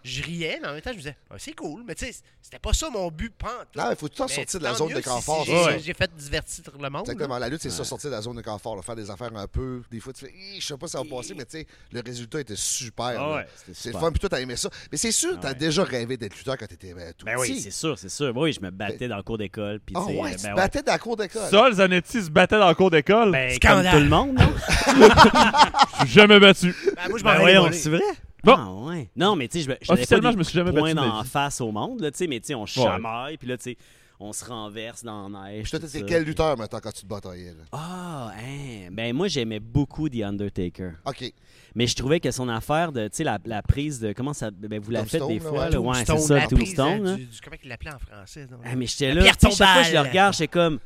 je riais, mais en même temps, je me disais Ah, C'est cool, mais tu sais, c'était pas ça mon but, pente. Non, il faut tout le temps Ben, sortir de la zone de confort. J'ai c'est ça. Ouais. j'ai fait divertir le monde. Exactement. La lutte, c'est ça, sortir de la zone de confort, là, faire des affaires un peu. Des fois, tu fais, Hi, je sais pas si ça va passer, mais tu sais, le résultat était super. là. Ah ouais, c'était c'est le super. fun, puis toi, t'as aimé ça. Mais c'est sûr, t'as ouais. déjà rêvé d'être lutteur quand t'étais ben, tout Ben oui, petit. c'est sûr, c'est sûr. Ben Oui, je me battais dans le cours d'école. puis Ah tu sais, ouais, ben tu ouais. te battais dans la cour d'école. Sol Zanetti se battait dans le cours d'école. Ben, comme Scandale. tout le monde, non? Je suis jamais battu. Ben, moi, je m'en Ben vais voyons, voler. c'est vrai? Bon. Ah ouais. Non, mais tu sais, je me- je donnais pas Officiellement, des je me suis jamais points battu de ma en vie. face au monde, là, tu sais, mais tu sais, on Ouais. chamaille, puis là, tu sais, on se renverse dans la neige. Puis toi, tout t'étais ça. quel lutteur maintenant quand tu te bataillais? là? Ah, hein. Ben moi, j'aimais beaucoup The Undertaker. OK. Mais je trouvais que son affaire de, tu sais, la, la prise de, comment ça, ben vous la faites Tombstone, des là, fois, ouais. là, ouais, c'est Tombstone, ça, la prise, Tombstone, euh, là. du- du- Comment il l'appelait en français? non? Ah, mais j'étais La là, pierre tu sais, chaque fois que je le tombale. regarde, j'étais comme, tu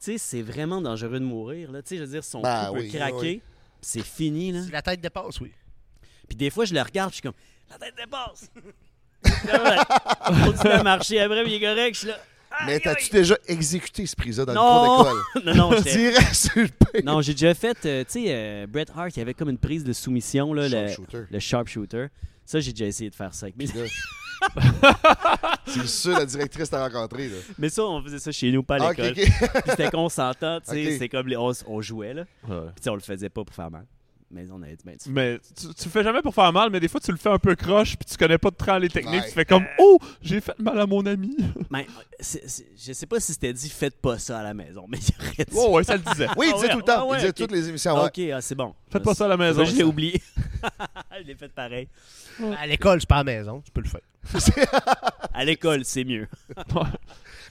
sais, c'est vraiment dangereux de mourir, là. Tu sais, je veux dire, son Ben cou oui, peut craquer, oui. puis c'est fini, là. Si La tête dépasse, oui. Puis des fois, je le regarde, je suis comme, la tête dépasse. Il continue à marcher après, puis il est correct, je suis là. Mais Aïe, t'as-tu aïe. déjà exécuté ce prise-là dans le Non! cours d'école? non, non, j'étais- Direct sur le pain. non, j'ai déjà fait, euh, tu sais, euh, Bret Hart, il y avait comme une prise de soumission, là, le, Sharpshooter. le sharpshooter. Ça, j'ai déjà essayé de faire ça. avec mes- C'est sûr, la directrice t'a rencontré. Là. Mais ça, on faisait ça chez nous, pas à Ah, ok, l'école. ok. Puis C'était consentant, tu sais, Ok. c'est comme les, on, on jouait, là. Ouais. Puis tu sais, on le faisait pas pour faire mal. Mais on a dit, ben, tu- Mais tu, tu le fais jamais pour faire mal, mais des fois tu le fais un peu croche, puis tu connais pas de train les techniques, Ouais. tu fais comme Oh, j'ai fait mal à mon ami. Ben, c'est- c'est- je sais pas si c'était dit faites pas ça à la maison, mais il aurait dit. Oh, Ouais, ouais, ça le disait. Ah Oui, il disait tout le temps. Il disait ok. toutes les émissions, Ah, ouais. Ok, ah, c'est bon. Faites pas ça à la maison. Je l'ai oublié. je l'ai fait pareil. À l'école, c'est pas à la maison, tu peux le faire. à l'école, c'est mieux.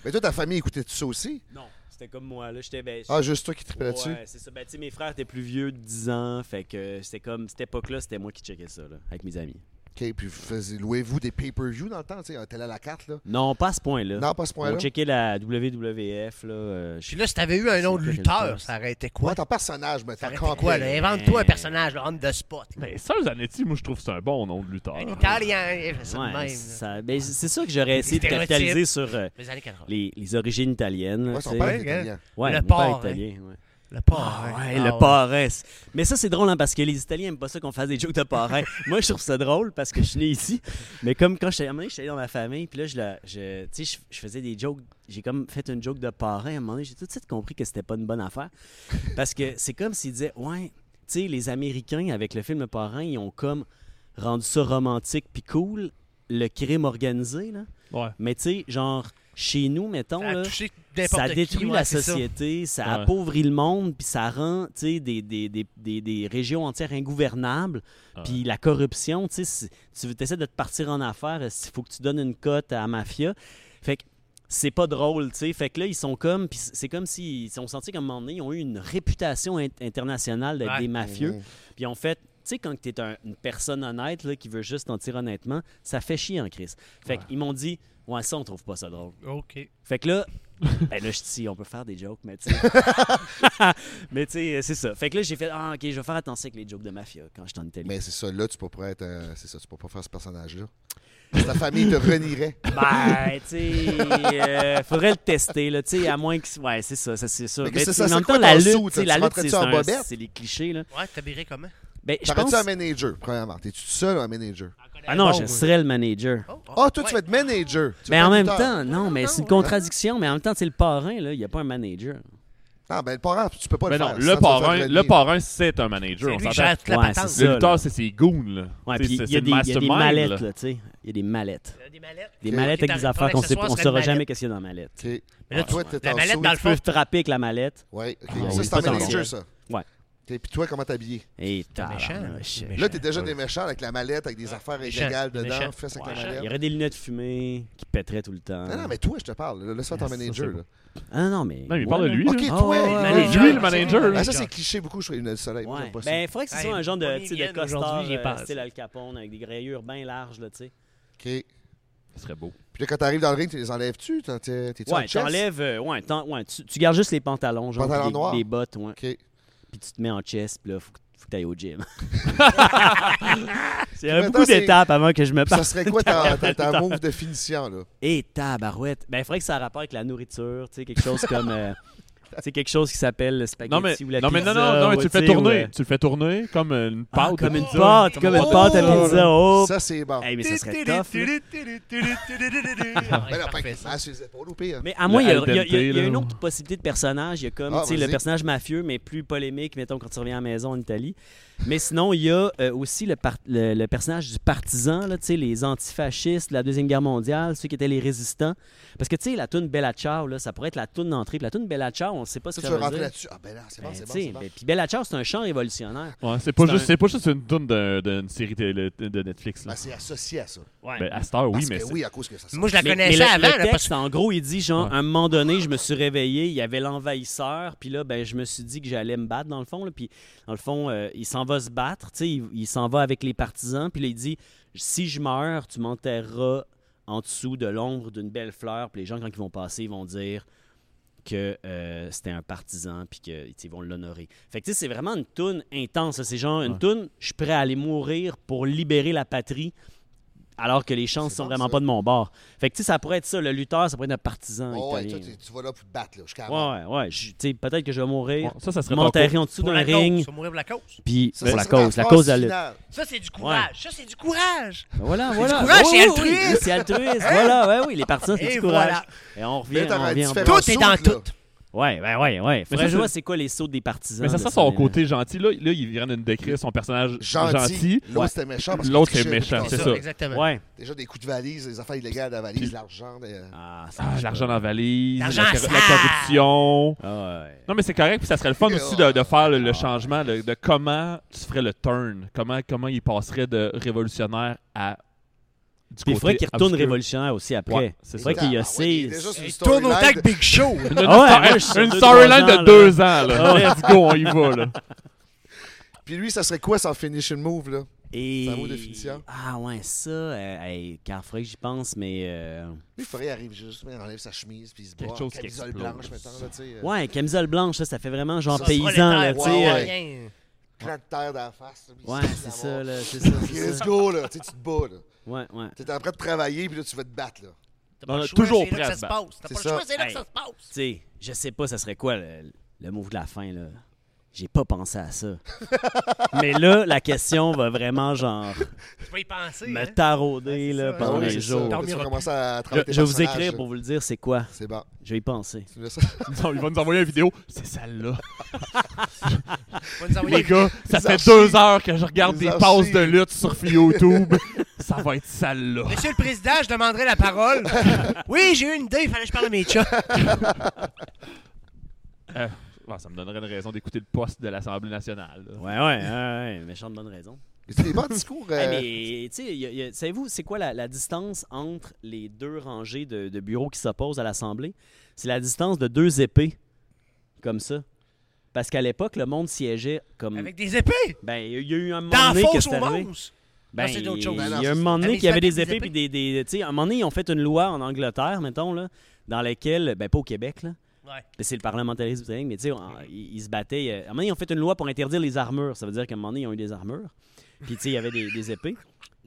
Mais toi, ta famille écoutait tout ça aussi? Non, c'était comme moi. Là, j'étais, ben, Ah, juste toi qui tripais là-dessus? Ouais, c'est ça. Ben, tu sais, mes frères étaient plus vieux de 10 ans. Fait que c'était comme, cette époque-là, c'était moi qui checkais ça, là, avec mes amis. OK, puis vous faisiez- louez-vous des pay-per-view dans le temps? Tu sais, t'es là à la carte, là. Non, pas à ce point-là. Non, pas à ce point-là. On checkait la WWF, là. euh, je- Puis là, si t'avais eu un nom de Je sais pas quel lutteur, poste. ça aurait été quoi? Ouais, ton personnage, mais t'as C'était quoi, là? hein? Invente-toi un Ben, personnage, là, on the spot. Mais ça, Ben, Zanetti, moi je trouve que c'est un bon nom de Ben, lutteur. Un Italien, c'est Ouais, le même. ça- ben, c'est ça que j'aurais essayé de stéréotypes capitaliser sur euh, des années 80. les, les origines italiennes. là, Ouais, son tu sais. père est italien. Ouais, Le mon père est parrain. italien, ouais. Le parrain. Ah ouais, Ah le ouais. parrain. Mais ça, c'est drôle hein, parce que les Italiens aiment pas ça qu'on fasse des jokes de parrain. Moi, je trouve ça drôle parce que je suis né ici. Mais comme quand j'étais à un moment donné, j'étais allé dans ma famille, puis là, je, la- je, tu sais, je, je faisais des jokes. J'ai comme fait une joke de parrain. À un moment donné, j'ai tout de suite compris que c'était pas une bonne affaire. Parce que c'est comme s'ils disaient Ouais, tu sais, les Américains, avec le film Le Parrain, ils ont comme rendu ça romantique puis cool, le crime organisé. Là. Ouais. Mais tu sais, genre, chez nous, mettons, Ça a là, touché n'importe ça qui, détruit ouais, la c'est ça. société, ça, Ouais. appauvrit le monde, puis ça rend tu sais, des, des, des, des, des régions entières ingouvernables. Puis la corruption, tu sais, si- tu essaies de te partir en affaires, il faut que tu donnes une cote à la mafia. Fait que c'est pas drôle, tu sais. Fait que là, ils sont comme, puis c'est comme s'ils sont sentis comme un moment donné, ils ont eu une réputation in- internationale d'être Ouais. des mafieux. Mhm. Puis en fait, tu sais, quand tu es une personne honnête là, qui veut juste en tirer honnêtement, ça fait chier en crise. Fait qu'ils m'ont dit, ouais, ça, on trouve pas ça drôle. OK. Fait que là, ben là, je dis, on peut faire des jokes, mais tu sais. mais tu sais, c'est ça. Fait que là, j'ai fait, ah, ok, je vais faire attention avec les jokes de mafia quand je t'en Italie. Mais c'est ça, là, tu peux pas être. euh, c'est ça, tu peux pas faire ce personnage-là. Ta famille te renierait. Ben, tu sais, euh, faudrait le tester, là, tu sais, à moins que. Ouais, c'est ça, ça c'est ça. Mais que Mais c'est tu sais, ça, en c'est même quoi temps, la ton lutte, suit, tu sais, tu la lutte, rentrais-tu c'est en un- bobette? c'est les clichés, là. Ouais, t'habillerais comment? Ben, je pense. T'aurais-tu un manager, premièrement? T'es-tu seul ou un manager? Ah non, je serais le manager. Oh, Ah, toi, tu vas être manager. Tu vas Mais être en même lutteur. temps, non, mais c'est une contradiction, mais en même temps, c'est le parrain, là, il n'y a pas un manager. Ah, ben, le parent, tu peux pas Mais le non, faire. le parrain, le parent. parrain, c'est un manager. C'est on lui qui s'entend. gère toute la Ouais, patente. c'est Le ça, lutteur, là. c'est ses goons, là. Ouais, Tu puis sais, c'est- il y, c'est a des- il y a des mastermind, mallettes, là. là, tu sais. Il y a des mallettes. Des mallettes. Des Ok. mallettes Ok, avec des ton affaires qu'on sait accessoire pas. On serait saura une jamais mallette. qu'est-ce qu'il y a dans la mallette. Mais Mais là, Ah, toi, t'es la en mallette suit. dans Tu le peux fond. frapper avec la mallette. Oui, ok. Ah, ça, oui, c'est pas un tant manager, que ça. Ouais. Et puis toi, comment t'es habillé? Et méchant, tabarnak, là. shit. Méchant. Là, t'es déjà des méchants avec la mallette, avec des affaires illégales Méchant. dedans, Méchant. fesse avec Ouais, la Il y mallette. aurait des lunettes fumées qui pèteraient tout le temps. Non, non, mais toi, je te parle. Laisse faire ton Ah, ça, manager, c'est là. Ah non, mais. Non, il Ouais, parle de là. lui. Ok, là. Ah, toi, ouais, le ouais, manager, Lui, là, le tu sais. manager, là. Ah, ça, c'est cliché beaucoup, je suis le soleil. Moi, Ouais. j'aime pas ça. Ben, il faudrait que ce Hey, soit un genre de, premier tu sais, de yen costard aujourd'hui, j'ai euh, pas style Al Capone avec des rayures bien larges, là, tu sais. OK. Puis Ce serait beau. là, quand t'arrives dans le ring, tu les enlèves-tu? T'en- T'es- T'es-tu en Ouais, chest? t'enlèves. euh, ouais, t'en- ouais, tu, tu gardes juste les pantalons, genre. Pantalon puis des- noir. Des bottes, ouais. OK. Puis tu te mets en chest, puis là, faut que, faut que t'ailles au gym. c'est Puis un maintenant, beaucoup c'est- d'étapes avant que je me Puis Ça parte. serait quoi ta, ta, ta move de finition, là? Et tabarouette. Ben, il faudrait que ça ait rapport avec la nourriture, tu sais, quelque chose comme. euh, tu sais, quelque chose qui s'appelle le spaghetti Non, mais, ou la non, mais, pizza. non, non, non, mais ou, tu le fais sais, ou, tourner. euh, Tu le fais tourner comme une Ah, pâte. à comme une pizza. pâte, comme une pâte à pizza. Oh! Ça, c'est bon. Hey, mais ça serait tough, là. Ben, non, pas Parfait, avec ça. ah, sur les épaules ou pire. Mais à moi, il y, a- al il y a- dente, il y a- il y a une là. autre possibilité de personnage. Il y a comme Ah, tu sais, le vas-y. personnage mafieux, mais plus polémique, mettons, quand tu reviens à la maison en Italie. Mais sinon, il y a euh, aussi le, par- le- le personnage du partisan, là, tu sais, les antifascistes de la Deuxième Guerre mondiale, ceux qui étaient les résistants. Parce que tu sais, la toune Bella Ciao, là, ça pourrait être la toune d'entrée. Puis la toune Bella Ciao, on ne sait pas ce Ça, que tu ça veux veut rentrer dire. là-dessus? Ah, ben là, c'est Ben, bon, c'est tu bon. sais, c'est bon. ben, Puis Bella Ciao, c'est un chant révolutionnaire. Ouais, c'est pas, C'est juste- un- c'est pas juste une toune de, d'une série télé- de Netflix. Là. Ben, c'est associé à ça. Ben, à cette heure, oui, Parce mais que c'est- oui, à cause que ça sort. Moi, je la Mais- mais connaissais le- avant, le là, parce texte, en gros, il dit genre, Ouais. à un moment donné, je me suis réveillé, il y avait l'envahisseur, puis là, ben, je me suis dit que j'allais me battre, dans le fond. là, puis, dans le fond, euh, il s'en va se battre, tu sais, il, il s'en va avec les partisans, puis là, il dit si je meurs, tu m'enterreras en dessous de l'ombre d'une belle fleur, puis les gens, quand ils vont passer, ils vont dire que euh, c'était un partisan, puis qu'ils vont l'honorer. Fait que, tu sais, c'est vraiment une toune intense. là. C'est genre une Ouais. toune, je suis prêt à aller mourir pour libérer la patrie, alors que les chances C'est sont bon, vraiment ça. pas de mon bord. Fait que, tu sais, ça pourrait être ça, le lutteur, ça pourrait être un partisan Oh, ouais, italien. toi, t'es- tu vas là pour te battre, là. Je suis Ouais, calme. ouais, ouais. Je- tu sais, Peut-être que je vais mourir, Ouais, ça, ça serait pas m'enterrer en dessous que pour d'un la cause, ring, faut mourir pour la cause. puis Ça, pour ça la serait cause, la phrase cause de la lutte. finale. Ça, c'est du courage. Ça, c'est du courage. Ben Voilà, voilà. courage, Oui, c'est oui, oui, altruiste. C'est altruiste, voilà, ouais, oui, les partisans, c'est Et du courage. voilà. Et on Hein? Mais revient, t'aurais on revient, on différents revient. Tout est dans suits, là. tout. Ouais, ben ouais, ouais. Mais Faudrait ça, jouer c'est- c'est quoi les sauts des partisans. Mais ça, de ça, son Sabrina. côté gentil. Là, là il vient de nous décrire son personnage Gentil. gentil. L'autre, c'était méchant. parce qu'il L'autre, c'est trichait, méchant, tout c'est ça. ça. Exactement. Ouais. Déjà des coups de valise, des affaires illégales de la valise, Puis- l'argent. des- Ah, l'argent dans la valise, la, L'argent cor- sale. la corruption. Ah ouais. Non, mais c'est correct. Puis ça serait le fun aussi de, de faire le, le changement de, de comment tu ferais le turn. Comment, comment il passerait de révolutionnaire à. Du Puis il faudrait côté qu'il retourne obscur. révolutionnaire aussi après. Ouais, c'est c'est vrai ça. qu'il y a Ah ouais, il est six. déjà sur une Tourne au storyline tag de- Big Show. Une, une Ah ouais, stor- moi, je suis une deux, storyline trois ans, de là. deux ans, là. Ah ouais. Let's go, on y va, là. Puis lui, ça serait quoi son finishing move, là? Et... C'est un mot de finition. Ah ouais, ça, euh, hey, car faudrait que j'y pense, mais... euh, Lui, il faudrait arriver juste, mais il enlève sa chemise, puis il se Quelque bat. chose qui camisole explose. blanche, mettons, là, tu sais. euh, Ouais, camisole blanche, ça, ça fait vraiment genre Ça, c'est paysan, là, tu sais. ouais, euh, ouais. Clan de terre dans la face. là, puis il Ouais, se lève c'est la ça, mort. là, c'est ça, Ok, c'est Let's ça. go, là. Tu sais, tu te bats, là. Ouais, ouais. T'es en train de travailler, puis là, tu vas te battre, là. On a toujours prêt prêt à ça se se battre. passe. T'as C'est pas le ça. choix, c'est là que Hey. ça se passe. Tu sais, je sais pas, ça serait quoi le, le move de la fin, là. J'ai pas pensé à ça. mais là, la question va vraiment, genre, Tu vas y penser. me hein? tarauder, Ouais, c'est là, ça, Euh, pendant ouais, les c'est jours. ça. Dormir Tu vas plus. commencer à travailler Je, tes je vais vous personnages, écrire là. pour vous le dire c'est quoi. C'est bon. Je vais y penser. Tu veux ça? Non, il va nous envoyer une vidéo. C'est celle-là. Va nous envoyer Les gars, ça Les fait archives. deux heures que je regarde Les des passes de archives. lutte sur YouTube. ça va être celle-là. Monsieur le Président, je demanderai la parole. Oui, j'ai eu une idée, il fallait que je parle à mes chats. Euh, ouais, ça me donnerait une raison d'écouter le poste de l'Assemblée nationale. là. Ouais, ouais, ouais, ouais, méchante bonne raison. Mais C'est des bons discours. euh, Hey, mais tu sais, il y a- il y a- savez-vous, c'est quoi la, la distance entre les deux rangées de, de bureaux qui s'opposent à l'Assemblée? C'est la distance de deux épées, comme ça. Parce qu'à l'époque, le monde siégeait comme. Avec des épées. Ben, il y a- il y a eu un moment Dans la donné que fosse c'est aux arrivé. monstres. Ben, Non, Ah, c'est il d'autres choses. il Ben non, y a un c'est- moment donné Avec qu'il y avait des des épées épées. puis des. des- tu sais, à un moment donné, ils ont fait une loi en Angleterre, mettons, là, dans laquelle. Ben, pas au Québec, là. Ouais. Ben, C'est le parlementarisme britannique, mais tu sais, on- ils, ils se battaient. euh, À un moment donné, ils ont fait une loi pour interdire les armures. Ça veut dire qu'à un moment donné, ils ont eu des armures. Puis, tu sais, il y avait des, des épées.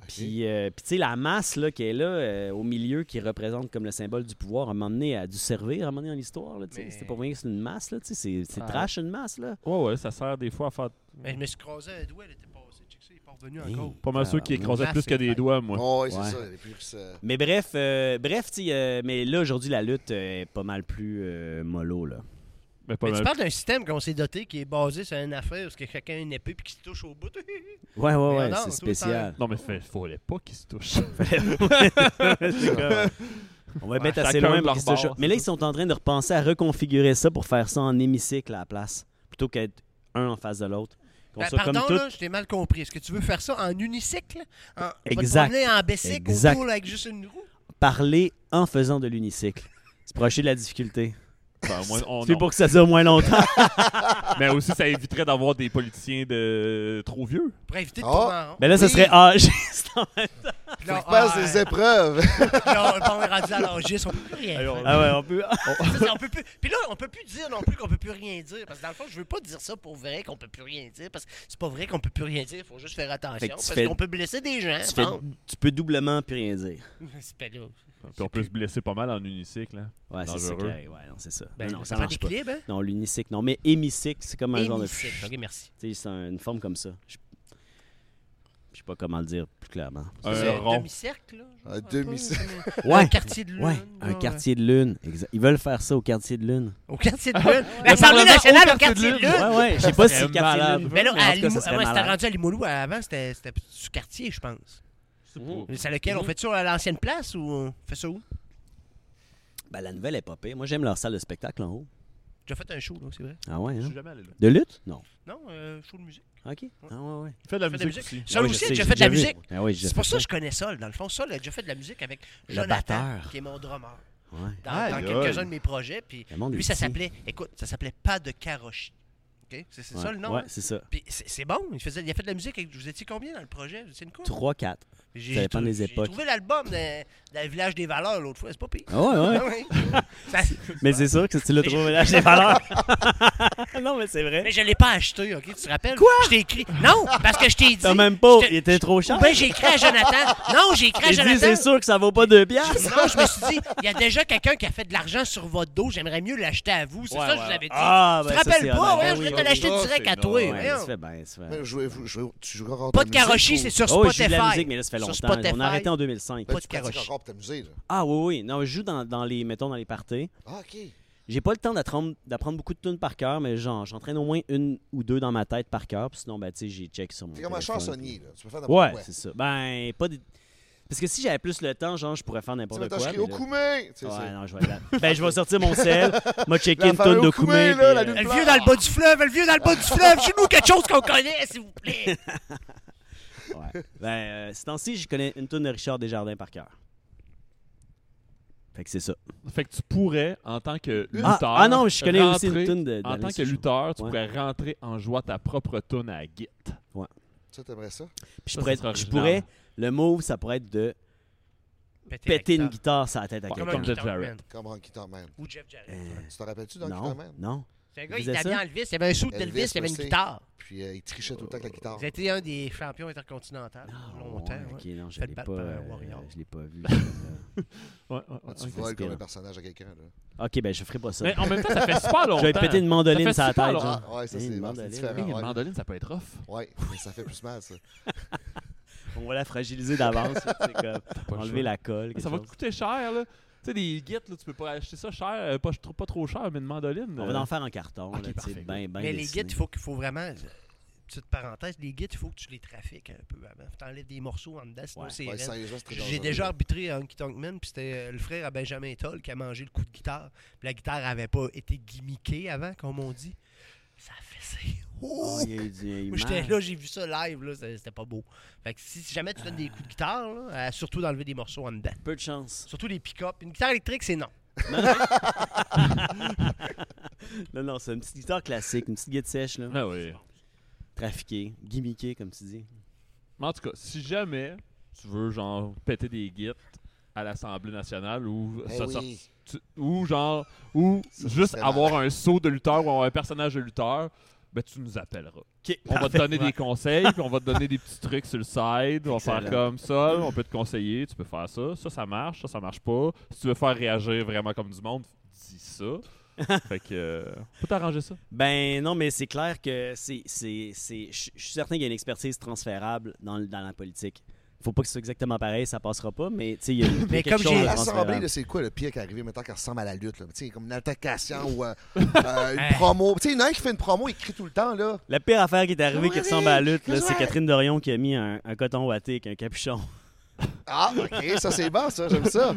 Puis, euh, puis, tu sais, la masse là, qui est là, euh, au milieu, qui représente comme le symbole du pouvoir, à un moment donné, a dû servir, à un moment donné, dans l'histoire. là, tu sais. Mais- C'était pas rien que c'est une masse, là. tu sais, C'est c'est Ah. trash, une masse, là. Ouais, ouais, ça sert des fois à faire Mais je me suis croisé un doigt, elle était passée. Check ça, il est pas revenu Hey. encore. pas mal ceux qui Ah, écrasaient ouais. plus que des doigts, moi. oh, ouais, c'est Ouais. ça. Il est plus. euh, Mais bref, euh, bref, tu sais, euh, mais là, aujourd'hui, la lutte euh, est pas mal plus euh, mollo, là. Mais pas Mais tu mal. parles d'un système qu'on s'est doté qui est basé sur une affaire parce que chacun a une épée puis qui se touche au bout. Ouais, ouais, ouais, non, c'est tout spécial. Non, mais il fallait pas qu'ils se touchent. C'est comme- On va Ouais, mettre assez chacun loin de pour leur qu'ils se bord, touchent. c'est Mais là, ça. ils sont en train de repenser à reconfigurer ça pour faire ça en hémicycle à la place, plutôt qu'être un en face de l'autre. Qu'on Ben, soit pardon, comme tout. là, je t'ai mal compris. Est-ce que tu veux faire ça en unicycle? En, on va te Exact. promener en bicycle Exact. autour là, avec juste une roue? parler en faisant de l'unicycle. Se procher de la difficulté. Enfin, au moins, Oh on- C'est on- pour que ça dure moins longtemps. Mais aussi, ça éviterait d'avoir des politiciens de trop vieux. Pour éviter de Ah. tourner en rond. Mais Ben là, ça Oui. serait âgé. c'est en même- Puis Faut là, qu'il passe ah, des euh, épreuves. là, on on est rendu à l'âgiste, on peut plus rien Alors, faire. ah ouais, on peut. Ça, c'est- on peut plus- Puis là, on peut plus dire non plus qu'on peut plus rien dire. Parce que dans le fond, je veux pas dire ça pour vrai qu'on peut plus rien dire. Parce que c'est pas vrai qu'on peut plus rien dire. Il faut juste faire attention. Fait que tu parce fais- qu'on peut blesser des gens. Tu, fais- Bon. tu peux doublement plus rien dire. C'est pas là. Puis on peut se blesser pas mal en unicycle. hein. Ouais, c'est ça. Dangereux. qui arrive. Ouais, non, c'est ça. Ben, non, non, ça ça prend marche pas. d'équilibre, hein? Non, l'unicycle, non. Mais hémicycle, c'est comme un genre de. Hémicycle. Ok, merci. Tu sais, c'est un- une forme comme ça. Je je sais pas comment le dire plus clairement. C'est Un un rond. demi-cercle, là? Un demi-cercle. Ouais. Un quartier de lune. Ouais, un genre, quartier de lune. exact. Ils veulent faire ça au quartier de lune. Au quartier de lune. L'Assemblée Parlement au nationale au quartier quartier de de lune. lune. Ouais, ouais. Je sais pas si c'est serait le quartier de malade. Ah, lune. Mais là, ah, en à tout cas, Limoulou, ça serait ouais, c'était malade. rendu à Limoulou. Avant, c'était c'était sous quartier, je pense. C'est lequel? On fait ça à l'ancienne place ou on fait ça où? Ben, la nouvelle est pas pire. Moi, j'aime leur salle de spectacle en haut. J'ai fait un show, là, c'est vrai. Ah ouais, Je hein? suis jamais allé là. De lutte? Non. Non, euh, show de musique. OK. Ah ouais, ouais. Fais de la Fais de musique la musique. aussi. Ça Ah oui, aussi, je j'ai sais, fait de la déjà vu. musique. Ah oui, j'ai C'est déjà pour fait ça que je connais Sol, dans le fond. Sol a déjà fait de la musique avec Le Jonathan, batteur. qui est mon drummer, Ouais. dans, Aïe, dans aïe. quelques-uns de mes projets. Puis Le monde est lui, ça petit. s'appelait, écoute, ça s'appelait Pas de Karoshi. OK? C'est c'est Ouais. ça le nom? Ouais, hein? c'est ça. Puis c'est c'est bon, il, faisait, il a fait de la musique. avec- Vous étiez combien dans le projet? Vous étiez une couple? 3-4. J'ai- Ça dépend j'ai- des J'ai époques. trouvé l'album dans, dans le village des valeurs l'autre fois, c'est pas pire. Ah ouais, ouais. Ah oui. Ça- Mais c'est sûr que si tu l'as Mais trouvé là, j'ai valeur. non, mais c'est vrai. mais je l'ai pas acheté, ok? Tu te rappelles? Quoi? Je t'ai écrit. Non, parce que je t'ai dit. T'as même pas. je te- Il était trop cher. Ou bien j'ai écrit à Jonathan. Non, j'ai écrit à J'ai dit, Jonathan. c'est sûr que ça vaut pas deux piastres. Non, je me suis dit, il y a déjà quelqu'un qui a fait de l'argent sur votre dos, j'aimerais mieux l'acheter à vous. C'est Ouais, ça que ouais. je vous avais dit. Ah, tu te ben, ça, rappelles c'est pas? honnête. Ouais, Ben je oui, vais te oui, l'acheter oui. direct Ça, à c'est toi. non, Ouais, voyons. Ben ça se fait bien, ça se fait. Mais jouez- vous- jouez- tu joueras encore Pas de ta musique, Karoshi, ou- c'est sur Oh, j'ai Spotify. de la musique, mais là, ça fait Sur longtemps. On Spotify. a arrêté en 2005. Ben, Pas tu de Karoshi. pratiques encore pour ta musique, là. Ah oui, oui. Non, je joue dans, dans les, mettons, dans les parties. Ah, OK. J'ai pas le temps d'apprendre d'apprendre beaucoup de tunes par cœur, mais genre, j'entraîne au moins une ou deux dans ma tête par cœur. Puis sinon, ben, tu sais, j'ai check sur mon. C'est comme un téléphone, chansonnier, là. Tu peux faire n'importe Ouais, quoi. c'est ça. Ben, pas des- Parce que si j'avais plus le temps, genre, je pourrais faire Tu n'importe sais, quoi. mettons, je crie mais là- Okume! Tu sais, Ouais, c'est- non, je vais la- Ben, je vais sortir mon sel, m'a checker La une fameux tonne d'Okume. Okume, là, puis, euh, la lune Le vieux dans le bas du fleuve, le vieux dans le bas du fleuve. Chez nous, quelque chose qu'on connaît, s'il vous plaît. Ouais. Ben, euh, ces temps-ci, je connais une tune de Richard Desjardins par cœur. Fait que c'est ça. Fait que tu pourrais, en tant que Ah, lutteur. ah non, je connais aussi rentrer- une tune de- En d'Alain tant que Souchon. lutteur, tu Ouais. pourrais rentrer en jouant ta propre tune à Git. Ça, t'aimerais ça? Puis je Ça, pourrais, ça serait je original. pourrais- le move, ça pourrait être de Péter péter, la une guitare. guitare sur la tête à Ouais, quelqu'un. comme Jeff Guitar Man. Jarrett. Comme Rocky Torman. Ou Jeff Jarrett. Tu te rappelles-tu dans Non, Guitarman? non. C'est un gars, Il il faisait était habillé Euh, ça? Ah. en Elvis, il avait un sou d'Elvis, il avait une Elvis, guitare. Puis euh, il trichait tout le temps avec la guitare. Vous été un des champions intercontinentaux longtemps. Ah, Ouais, ouais. ok, non, je Fais l'ai le pas, battre par un euh, Warrior. je l'ai pas vu. celle-là. Ouais, ouais, ouais, Ah, tu ok. voles comme inspirant. un personnage à quelqu'un. là. ok, ben je ferai pas ça. Mais en même temps, ça fait super longtemps. Je vais péter une Ça mandoline fait sur la super tête. longtemps. genre. Ah, ouais, ça, Hey, c'est une c'est mandoline, différent. Hey, une ouais. mandoline, ça peut être off. Ouais, mais ça fait plus mal, ça. On va la fragiliser d'avance. là, c'est comme enlever la colle. Ça quelque va chose. coûter cher, là. Tu sais, des gits, là, tu peux pas acheter ça cher, euh, pas, pas trop cher, mais une mandoline. On euh, va en faire en carton. Ok, là, tu sais, parfait. ben, ben Mais les dessiné. guides, il faut qu'il faut vraiment. Petite parenthèse, les guides, il faut que tu les trafiques un peu avant. Tu enlèves des morceaux en dedans, sinon Ouais. c'est Ouais, raide. sérieusement, c'est très J'ai dangereux. euh, déjà arbitré à Honky Tonk Man, puis c'était euh, le frère à Benjamin Toll qui a mangé le coup de guitare. Puis la guitare avait pas été gimmickée avant, comme on dit. Ça a fait ça. Oh, Oh! il y a eu du- il y a eu Moi, j'étais mal. là, j'ai vu ça live, là, c'était c'était pas beau. Fait que si jamais tu donnes des coups de guitare, là, à surtout d'enlever des morceaux en dedans. Peu de chance. Surtout les pick-up. Une guitare électrique, c'est non. Non, non, c'est une petite guitare classique, une petite guide sèche, là. Ah oui. Trafiquée, gimmickée, comme tu dis. Mais en tout cas, si jamais tu veux, genre, péter des gits à l'Assemblée nationale ou Ben ça oui. sort- tu- ou genre, ou juste serait avoir un saut de lutteur ou avoir un personnage de lutteur, ben tu nous appelleras. Ok, On va te parfait. donner des conseils, puis on va te donner des petits trucs sur le side. On va faire Excellent. comme ça, on peut te conseiller, tu peux faire ça, ça, ça marche, ça, ça marche pas. Si tu veux faire réagir vraiment comme du monde, dis ça. fait que, euh, faut t'arranger ça. Ben non, mais c'est clair que c'est. c'est- c'est- Je je suis certain qu'il y a une expertise transférable dans, le- dans la politique. Faut pas que ce soit exactement pareil, ça passera pas, mais tu sais, il y a, il y a Mais quelque comme chose j'ai- de L'Assemblée, transférable. là, c'est quoi le pire qui est arrivé maintenant qu'elle ressemble à la lutte? Là? Tu sais, comme une altercation ou euh, euh, une promo. Tu sais, il y en a un qui fait une promo, il crie tout le temps. là. La pire affaire qui est arrivée qui Marie, ressemble à la lutte, là, qu'est-ce c'est que- Catherine Dorion qui a mis un, un coton ouaté avec un capuchon. Ah, OK, ça, c'est bon, ça. J'aime ça.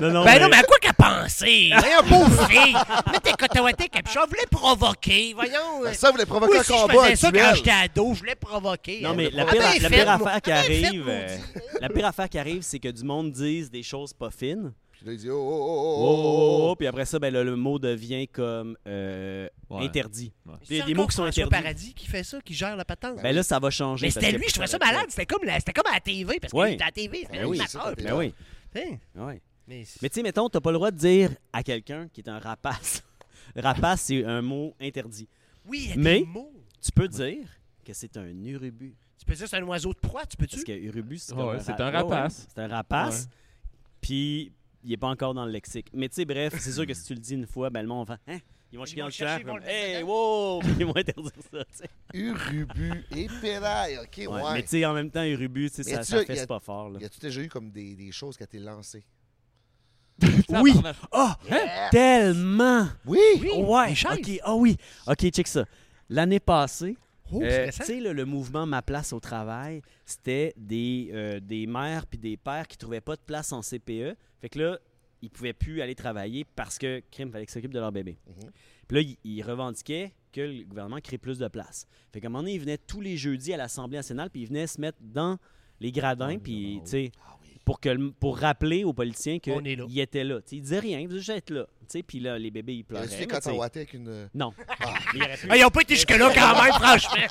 Non, Ben non, mais- non, mais à quoi qu'à penser? Voyons, pauvre fille! Mets tes cotawatés, capuchon, je voulais provoquer, voyons! Ben, Ça, vous voulez provoquer Moi un aussi, combat, je faisais un ça duel. quand j'étais ado, je voulais provoquer. Non, hein. mais la Ah, pire, ben, la faites, pire moi. affaire qui Ah, ben, faites, arrive, moi. euh, la pire affaire qui arrive, c'est que du monde dise des choses pas fines. Puis là, il dit, oh, oh, Oh, oh, oh, oh, puis après ça, ben, le, le mot devient comme euh, Ouais. interdit. C'est Des, des encore mots qui sont François interdits. Paradis qui fait ça, qui gère la patente. Ben là, ça va Ah changer. mais parce c'était que- lui, je trouvais ça malade. C'était comme, la- c'était comme à la TV, parce Ouais. qu'il était à la TV, c'était Ben oui, l'animateur, c'est Ben oui, puis- Hein? oui. Mais Mais tu sais, mettons, t'as pas le droit de dire à quelqu'un qui est un rapace. rapace, c'est un mot interdit. oui, il y a mais- des mots. Tu peux dire que c'est un urubu. Tu peux dire c'est un oiseau de proie, tu Parce peux-tu? que urubu, c'est Ouais, comme c'est un ra- ouais, ouais, rapace. C'est un rapace. Puis, il est pas encore dans le lexique. Mais tu sais, bref, c'est sûr que si tu le dis une fois, ben le monde va. Hein? Ils vont chier dans vont le chercher, champ. ils vont comme, le mettre Hey, dedans. wow! Puis ils vont interdire ça. tu sais. Urubu et Pérail. OK, ouais. Ouais, Mais tu sais, en même temps, urubu, tu sais, Mais ça, tu ça sais, y fesse a- pas fort. là. Y a-tu déjà eu comme des, des choses qui a été lancées? Oui! Ah! Tellement! Oui! Oh, ouais, les chaises. ok, ah oui, ok, check ça. L'année passée, Oh, euh, c'est tu récent. sais le, le mouvement Ma place au travail, c'était des euh, des mères puis des pères qui trouvaient pas de place en CPE, fait que là ils pouvaient plus aller travailler parce que crime fallait qu'ils s'occupent de leur bébé. Mhm. Puis là ils, ils revendiquaient que le gouvernement crée plus de place. Fait qu'à un moment donné ils venaient tous les jeudis à l'Assemblée nationale puis ils venaient se mettre dans les gradins puis tu sais pour, que, le- pour rappeler aux politiciens On est là. qu'ils étaient là. Tu sais, ils disaient rien, ils faisaient juste être là. Tu sais, Puis là, les bébés, ils Y pleuraient. a-tu des mais tu sais, cotawatés avec une. euh, non. Ah, ils n'ont pas été jusque-là quand même, franchement.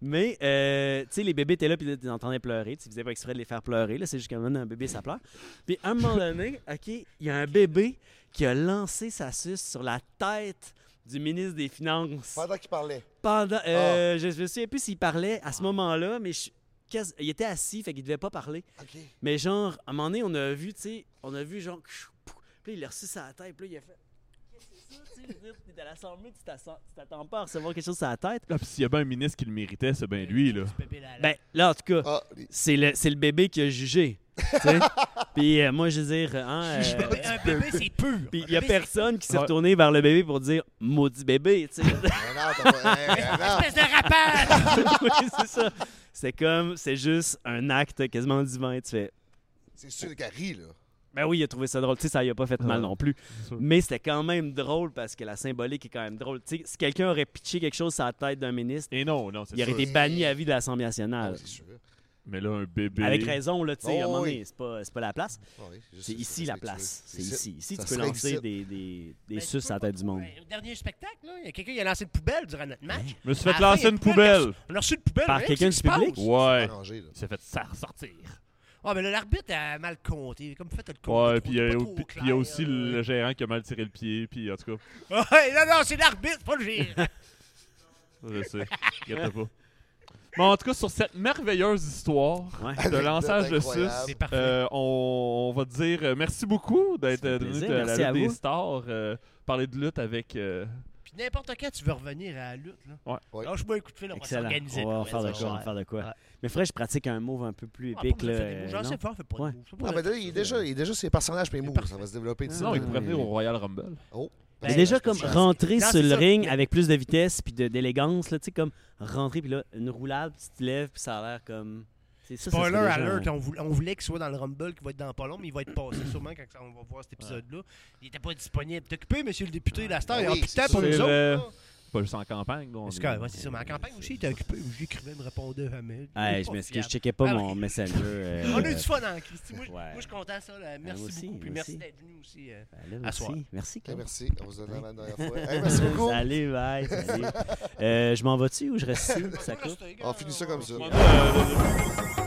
Mais, euh, tu sais, les bébés étaient là, puis ils entendaient pleurer. Tu faisais pas exprès de les faire pleurer. Là, c'est juste qu'à un moment donné, un bébé, ça pleure. Puis, à un moment donné, OK, il y a un bébé qui a lancé sa suce sur la tête du ministre des Finances. Pendant qu'il parlait. Pendant. euh, Je ne sais plus s'il parlait à ce moment-là, mais je- quasi- il était assis, fait qu'il devait pas parler. OK. Mais, genre, à un moment donné, on a vu, tu sais, on a vu, genre. Puis, là, il a reçu sa tête, puis là, il a fait. Qu'est-ce que c'est ça? Tu sais, je veux dire, t'es à l'Assemblée, tu t'attends- tu t'attends pas à recevoir quelque chose sur la tête. Là, pis s'il y a bien un ministre qui le méritait, c'est bien lui, là. Ben, là, en tout cas, Ah, les- c'est le, c'est le bébé qui a jugé. Puis euh, moi, je veux dire, hein, Je- euh, je- un bébé, c'est pur. Puis il y a Un bébé, personne qui s'est Ouais. retourné vers le bébé pour dire maudit bébé, tu sais. hein, Espèce de rapace! Oui, c'est ça. C'est comme, c'est juste un acte quasiment divin. Tu fais, C'est sûr qu'elle rit, là. ben oui, il a trouvé ça drôle. Tu sais, ça lui a pas fait mal non plus. Mais c'était quand même drôle parce que la symbolique est quand même drôle. Tu sais, si quelqu'un aurait pitché quelque chose sur la tête d'un ministre, Et non, non, c'est il aurait sûr. été banni à vie de l'Assemblée Ah, nationale. Mais là, un bébé. Avec raison, là, tu sais, à un Oh, moment oui. donné, c'est pas, c'est pas la place. Oui, je sais, c'est ici je sais la que tu place. veux. C'est C'est ici. Ici, ça tu peux serait lancer ici. des, des, des Mais tu suces à la tête du monde. Au dernier spectacle, là, il y a quelqu'un qui a lancé une poubelle durant notre match. Je me suis fait À la fin, lancer il y a une poubelle. On a reçu- On a reçu une poubelle. Par hein, quelqu'un qu'est-ce du qui se public? passe? Ouais. Arrangé, là. Il s'est fait ça ressortir. Ah, mais là, l'arbitre a mal compté. Comme fait, t'as le compte. Ouais, puis il y a- pas trop puis clair, euh, il y a aussi là. le gérant qui a mal tiré le pied, puis en tout cas, Ouais, non, non, c'est l'arbitre, pas le Euh. gérant. je sais. Inquiète-toi pas. Mais en tout cas, sur cette merveilleuse histoire Ouais. de lançage de Incroyable. sus, C'est parfait. euh, on, on va te dire euh, merci beaucoup d'être euh, Ça fait venu plaisir, à la merci à lutte des vous. stars, euh, parler de lutte avec. euh, Puis n'importe quand tu veux revenir à la lutte, là. Ouais. Ouais. Lâche-moi un coup de fil, on va Excellent. s'organiser. On va puis faire se de quoi, on va voir. faire de quoi. Ouais. Mais faudrait que je pratique un move un peu plus Ah, épique. pas besoin de là, faire des moves. J'en non? sais pas, on fait pas de Ouais. moves. Ah, ben là, il est déjà, il est déjà ses personnages, puis les moves. Ça va se développer d'ici. Sinon, Ah il ouais. pourrait venir au Royal Rumble. Oh. Mais déjà, je peux comme changer. rentrer Non, sur c'est le ça. ring Mais- avec plus de vitesse puis de- d'élégance, là, tu sais, comme rentrer puis là, une roulade, puis tu te lèves puis ça a l'air comme. c'est ça, ça serait Spoiler déjà alert, un- on voulait, on voulait qu'il soit dans le Rumble, qu'il va être dans pas long, mais il va être passé sûrement quand on va voir cet épisode-là. Il n'était pas disponible. T'es occupé, monsieur le député, la star, Ah il a oui, plus de temps c'est pour nous sûr. autres. Euh, là. Pas juste en campagne. là, on Parce est- que, ouais, c'est ça, mais en campagne aussi, il était occupé. J'écrivais, il me répondait jamais. Il Hey, est je pas m'excuse, je fiable. checkais pas Ah, mon ouais. messenger. euh, On a eu du fun en Christy. Moi, je- Ouais. moi, Ah, je suis content de ça. là. Merci moi aussi, beaucoup. Puis moi merci aussi. d'être venu aussi. euh. ben là, À soir. merci, merci. Ok, Cam. Merci. On vous a donné la dernière fois. Hey, merci beaucoup. Salut, bye. Salut. Euh, je m'en vais-tu ou je reste ici? Ça coupe. On finit ça comme ça. Euh,